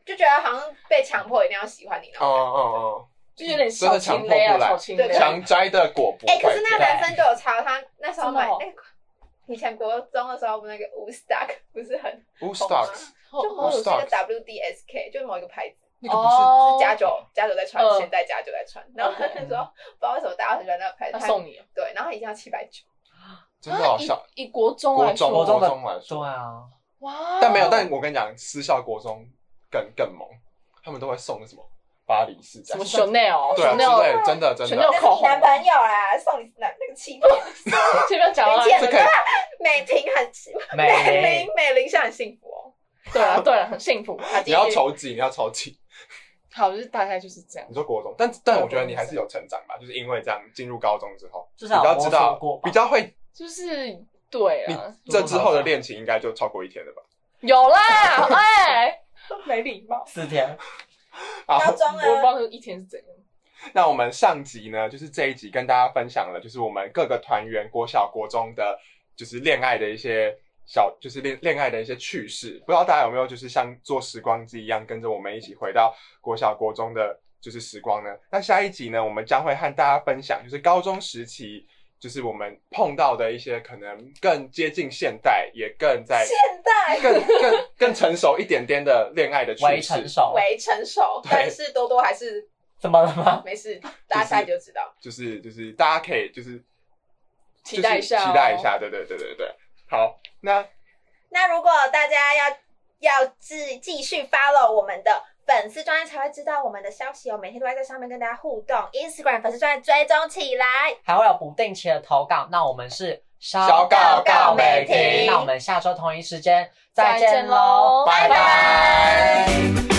Speaker 1: 就觉得好像被强迫一定要喜欢你那
Speaker 3: 哦
Speaker 1: 种感觉。
Speaker 3: 哦
Speaker 4: 就有点小情勒啊，
Speaker 3: 真的强迫不来
Speaker 4: 小情
Speaker 3: 哦，
Speaker 1: 对
Speaker 4: 勒。
Speaker 3: 强摘的果不
Speaker 1: 哎、可
Speaker 3: 会
Speaker 1: 是那个
Speaker 2: 对
Speaker 1: 男生对我超，他那时候买
Speaker 4: 真的哦
Speaker 1: 那个、以前国中的时候，我们那个 Woodstock 不是很
Speaker 3: Who
Speaker 1: 红吗
Speaker 3: stocks？
Speaker 1: 就
Speaker 4: 哦哦
Speaker 1: 某有一个
Speaker 3: Woodstock
Speaker 1: WDSK，就是某一个牌子，
Speaker 3: 那个不是
Speaker 1: 是加九加九在穿，
Speaker 4: 嗯
Speaker 1: 现在加九在穿。然后他那时候不知道为什么大家很喜欢那个牌子，
Speaker 4: 他
Speaker 1: 他
Speaker 4: 送你哦，
Speaker 1: 对，然后他一定要七百九，
Speaker 3: 真的好
Speaker 4: 以
Speaker 3: 笑。
Speaker 4: 以国中
Speaker 3: 国
Speaker 4: 来
Speaker 3: 中
Speaker 2: 国中
Speaker 4: 说，
Speaker 2: 的
Speaker 3: 中来
Speaker 2: 对
Speaker 3: 说，
Speaker 2: 啊，
Speaker 4: 哇，
Speaker 3: 但没有。但我跟你讲，私校国中更更猛，他们都会送那什么巴黎世家
Speaker 4: 什么 Chanel，
Speaker 3: 对啊
Speaker 4: Chanel
Speaker 3: 之类的，真的真
Speaker 4: 全
Speaker 3: 的
Speaker 4: 都
Speaker 1: 那。是
Speaker 4: 口
Speaker 1: 你
Speaker 4: 红
Speaker 1: 男朋友啦，送你男那个气垫，
Speaker 4: 前面讲到
Speaker 1: 林
Speaker 3: 这
Speaker 1: 健
Speaker 3: 可以
Speaker 1: 美婷很幸福，美
Speaker 2: 美
Speaker 1: 玲美玲现在很幸福哦。
Speaker 4: 对啊，对啊，很幸福。好
Speaker 3: 你要筹集，你要筹集。
Speaker 4: 好，就是大概就是这样
Speaker 3: 你。说国中，但但我觉得你还是有成长吧，就是因为这样进入高中之后，
Speaker 2: 至
Speaker 3: 比
Speaker 2: 少
Speaker 3: 较知
Speaker 2: 摸
Speaker 3: 道
Speaker 2: 索过，吧
Speaker 3: 比较会。
Speaker 4: 就是对
Speaker 3: 你
Speaker 4: 啊，
Speaker 3: 这之后的恋情应该就超过一天了吧？
Speaker 4: 有啦，哎，没礼貌。
Speaker 2: 四天，
Speaker 1: 高
Speaker 3: 好，
Speaker 1: 中
Speaker 4: 我不知
Speaker 1: 啊，
Speaker 4: 道一天是怎样。
Speaker 3: 那我们上集呢，就是这一集跟大家分享了，就是我们各个团员国小、国中的，就是恋爱的一些小，就是恋恋爱的一些趣事。不知道大家有没有就是像坐时光机一样，跟着我们一起回到国小、国中的，就是时光呢？那下一集呢，我们将会和大家分享，就是高中时期。就是我们碰到的一些可能更接近现代，也更在
Speaker 1: 现在
Speaker 3: 更更更成熟一点点的恋爱的
Speaker 2: 为
Speaker 3: 趋
Speaker 2: 成
Speaker 3: 势，
Speaker 2: 熟，
Speaker 1: 为成熟，
Speaker 3: 对
Speaker 1: 但是多多还 是
Speaker 2: 怎么了吗？
Speaker 1: 没事，大家下一集就知道。
Speaker 3: 就是就是大家可以就是
Speaker 4: 期待一下
Speaker 3: 就
Speaker 4: 哦
Speaker 3: 是期待一下，对对对对对。好，那
Speaker 1: 那如果大家要要继继续 follow 我们的粉丝专业，才会知道我们的消息哦。每天都会在上面跟大家互动，Instagram 粉丝专业追踪起来。
Speaker 2: 还会有不定期的投稿。那我们是
Speaker 3: 小告告
Speaker 2: 美
Speaker 3: 美婷
Speaker 2: 婷，那我们下周同一时间再
Speaker 4: 再见
Speaker 2: 见喽，
Speaker 4: 喽拜
Speaker 3: 拜拜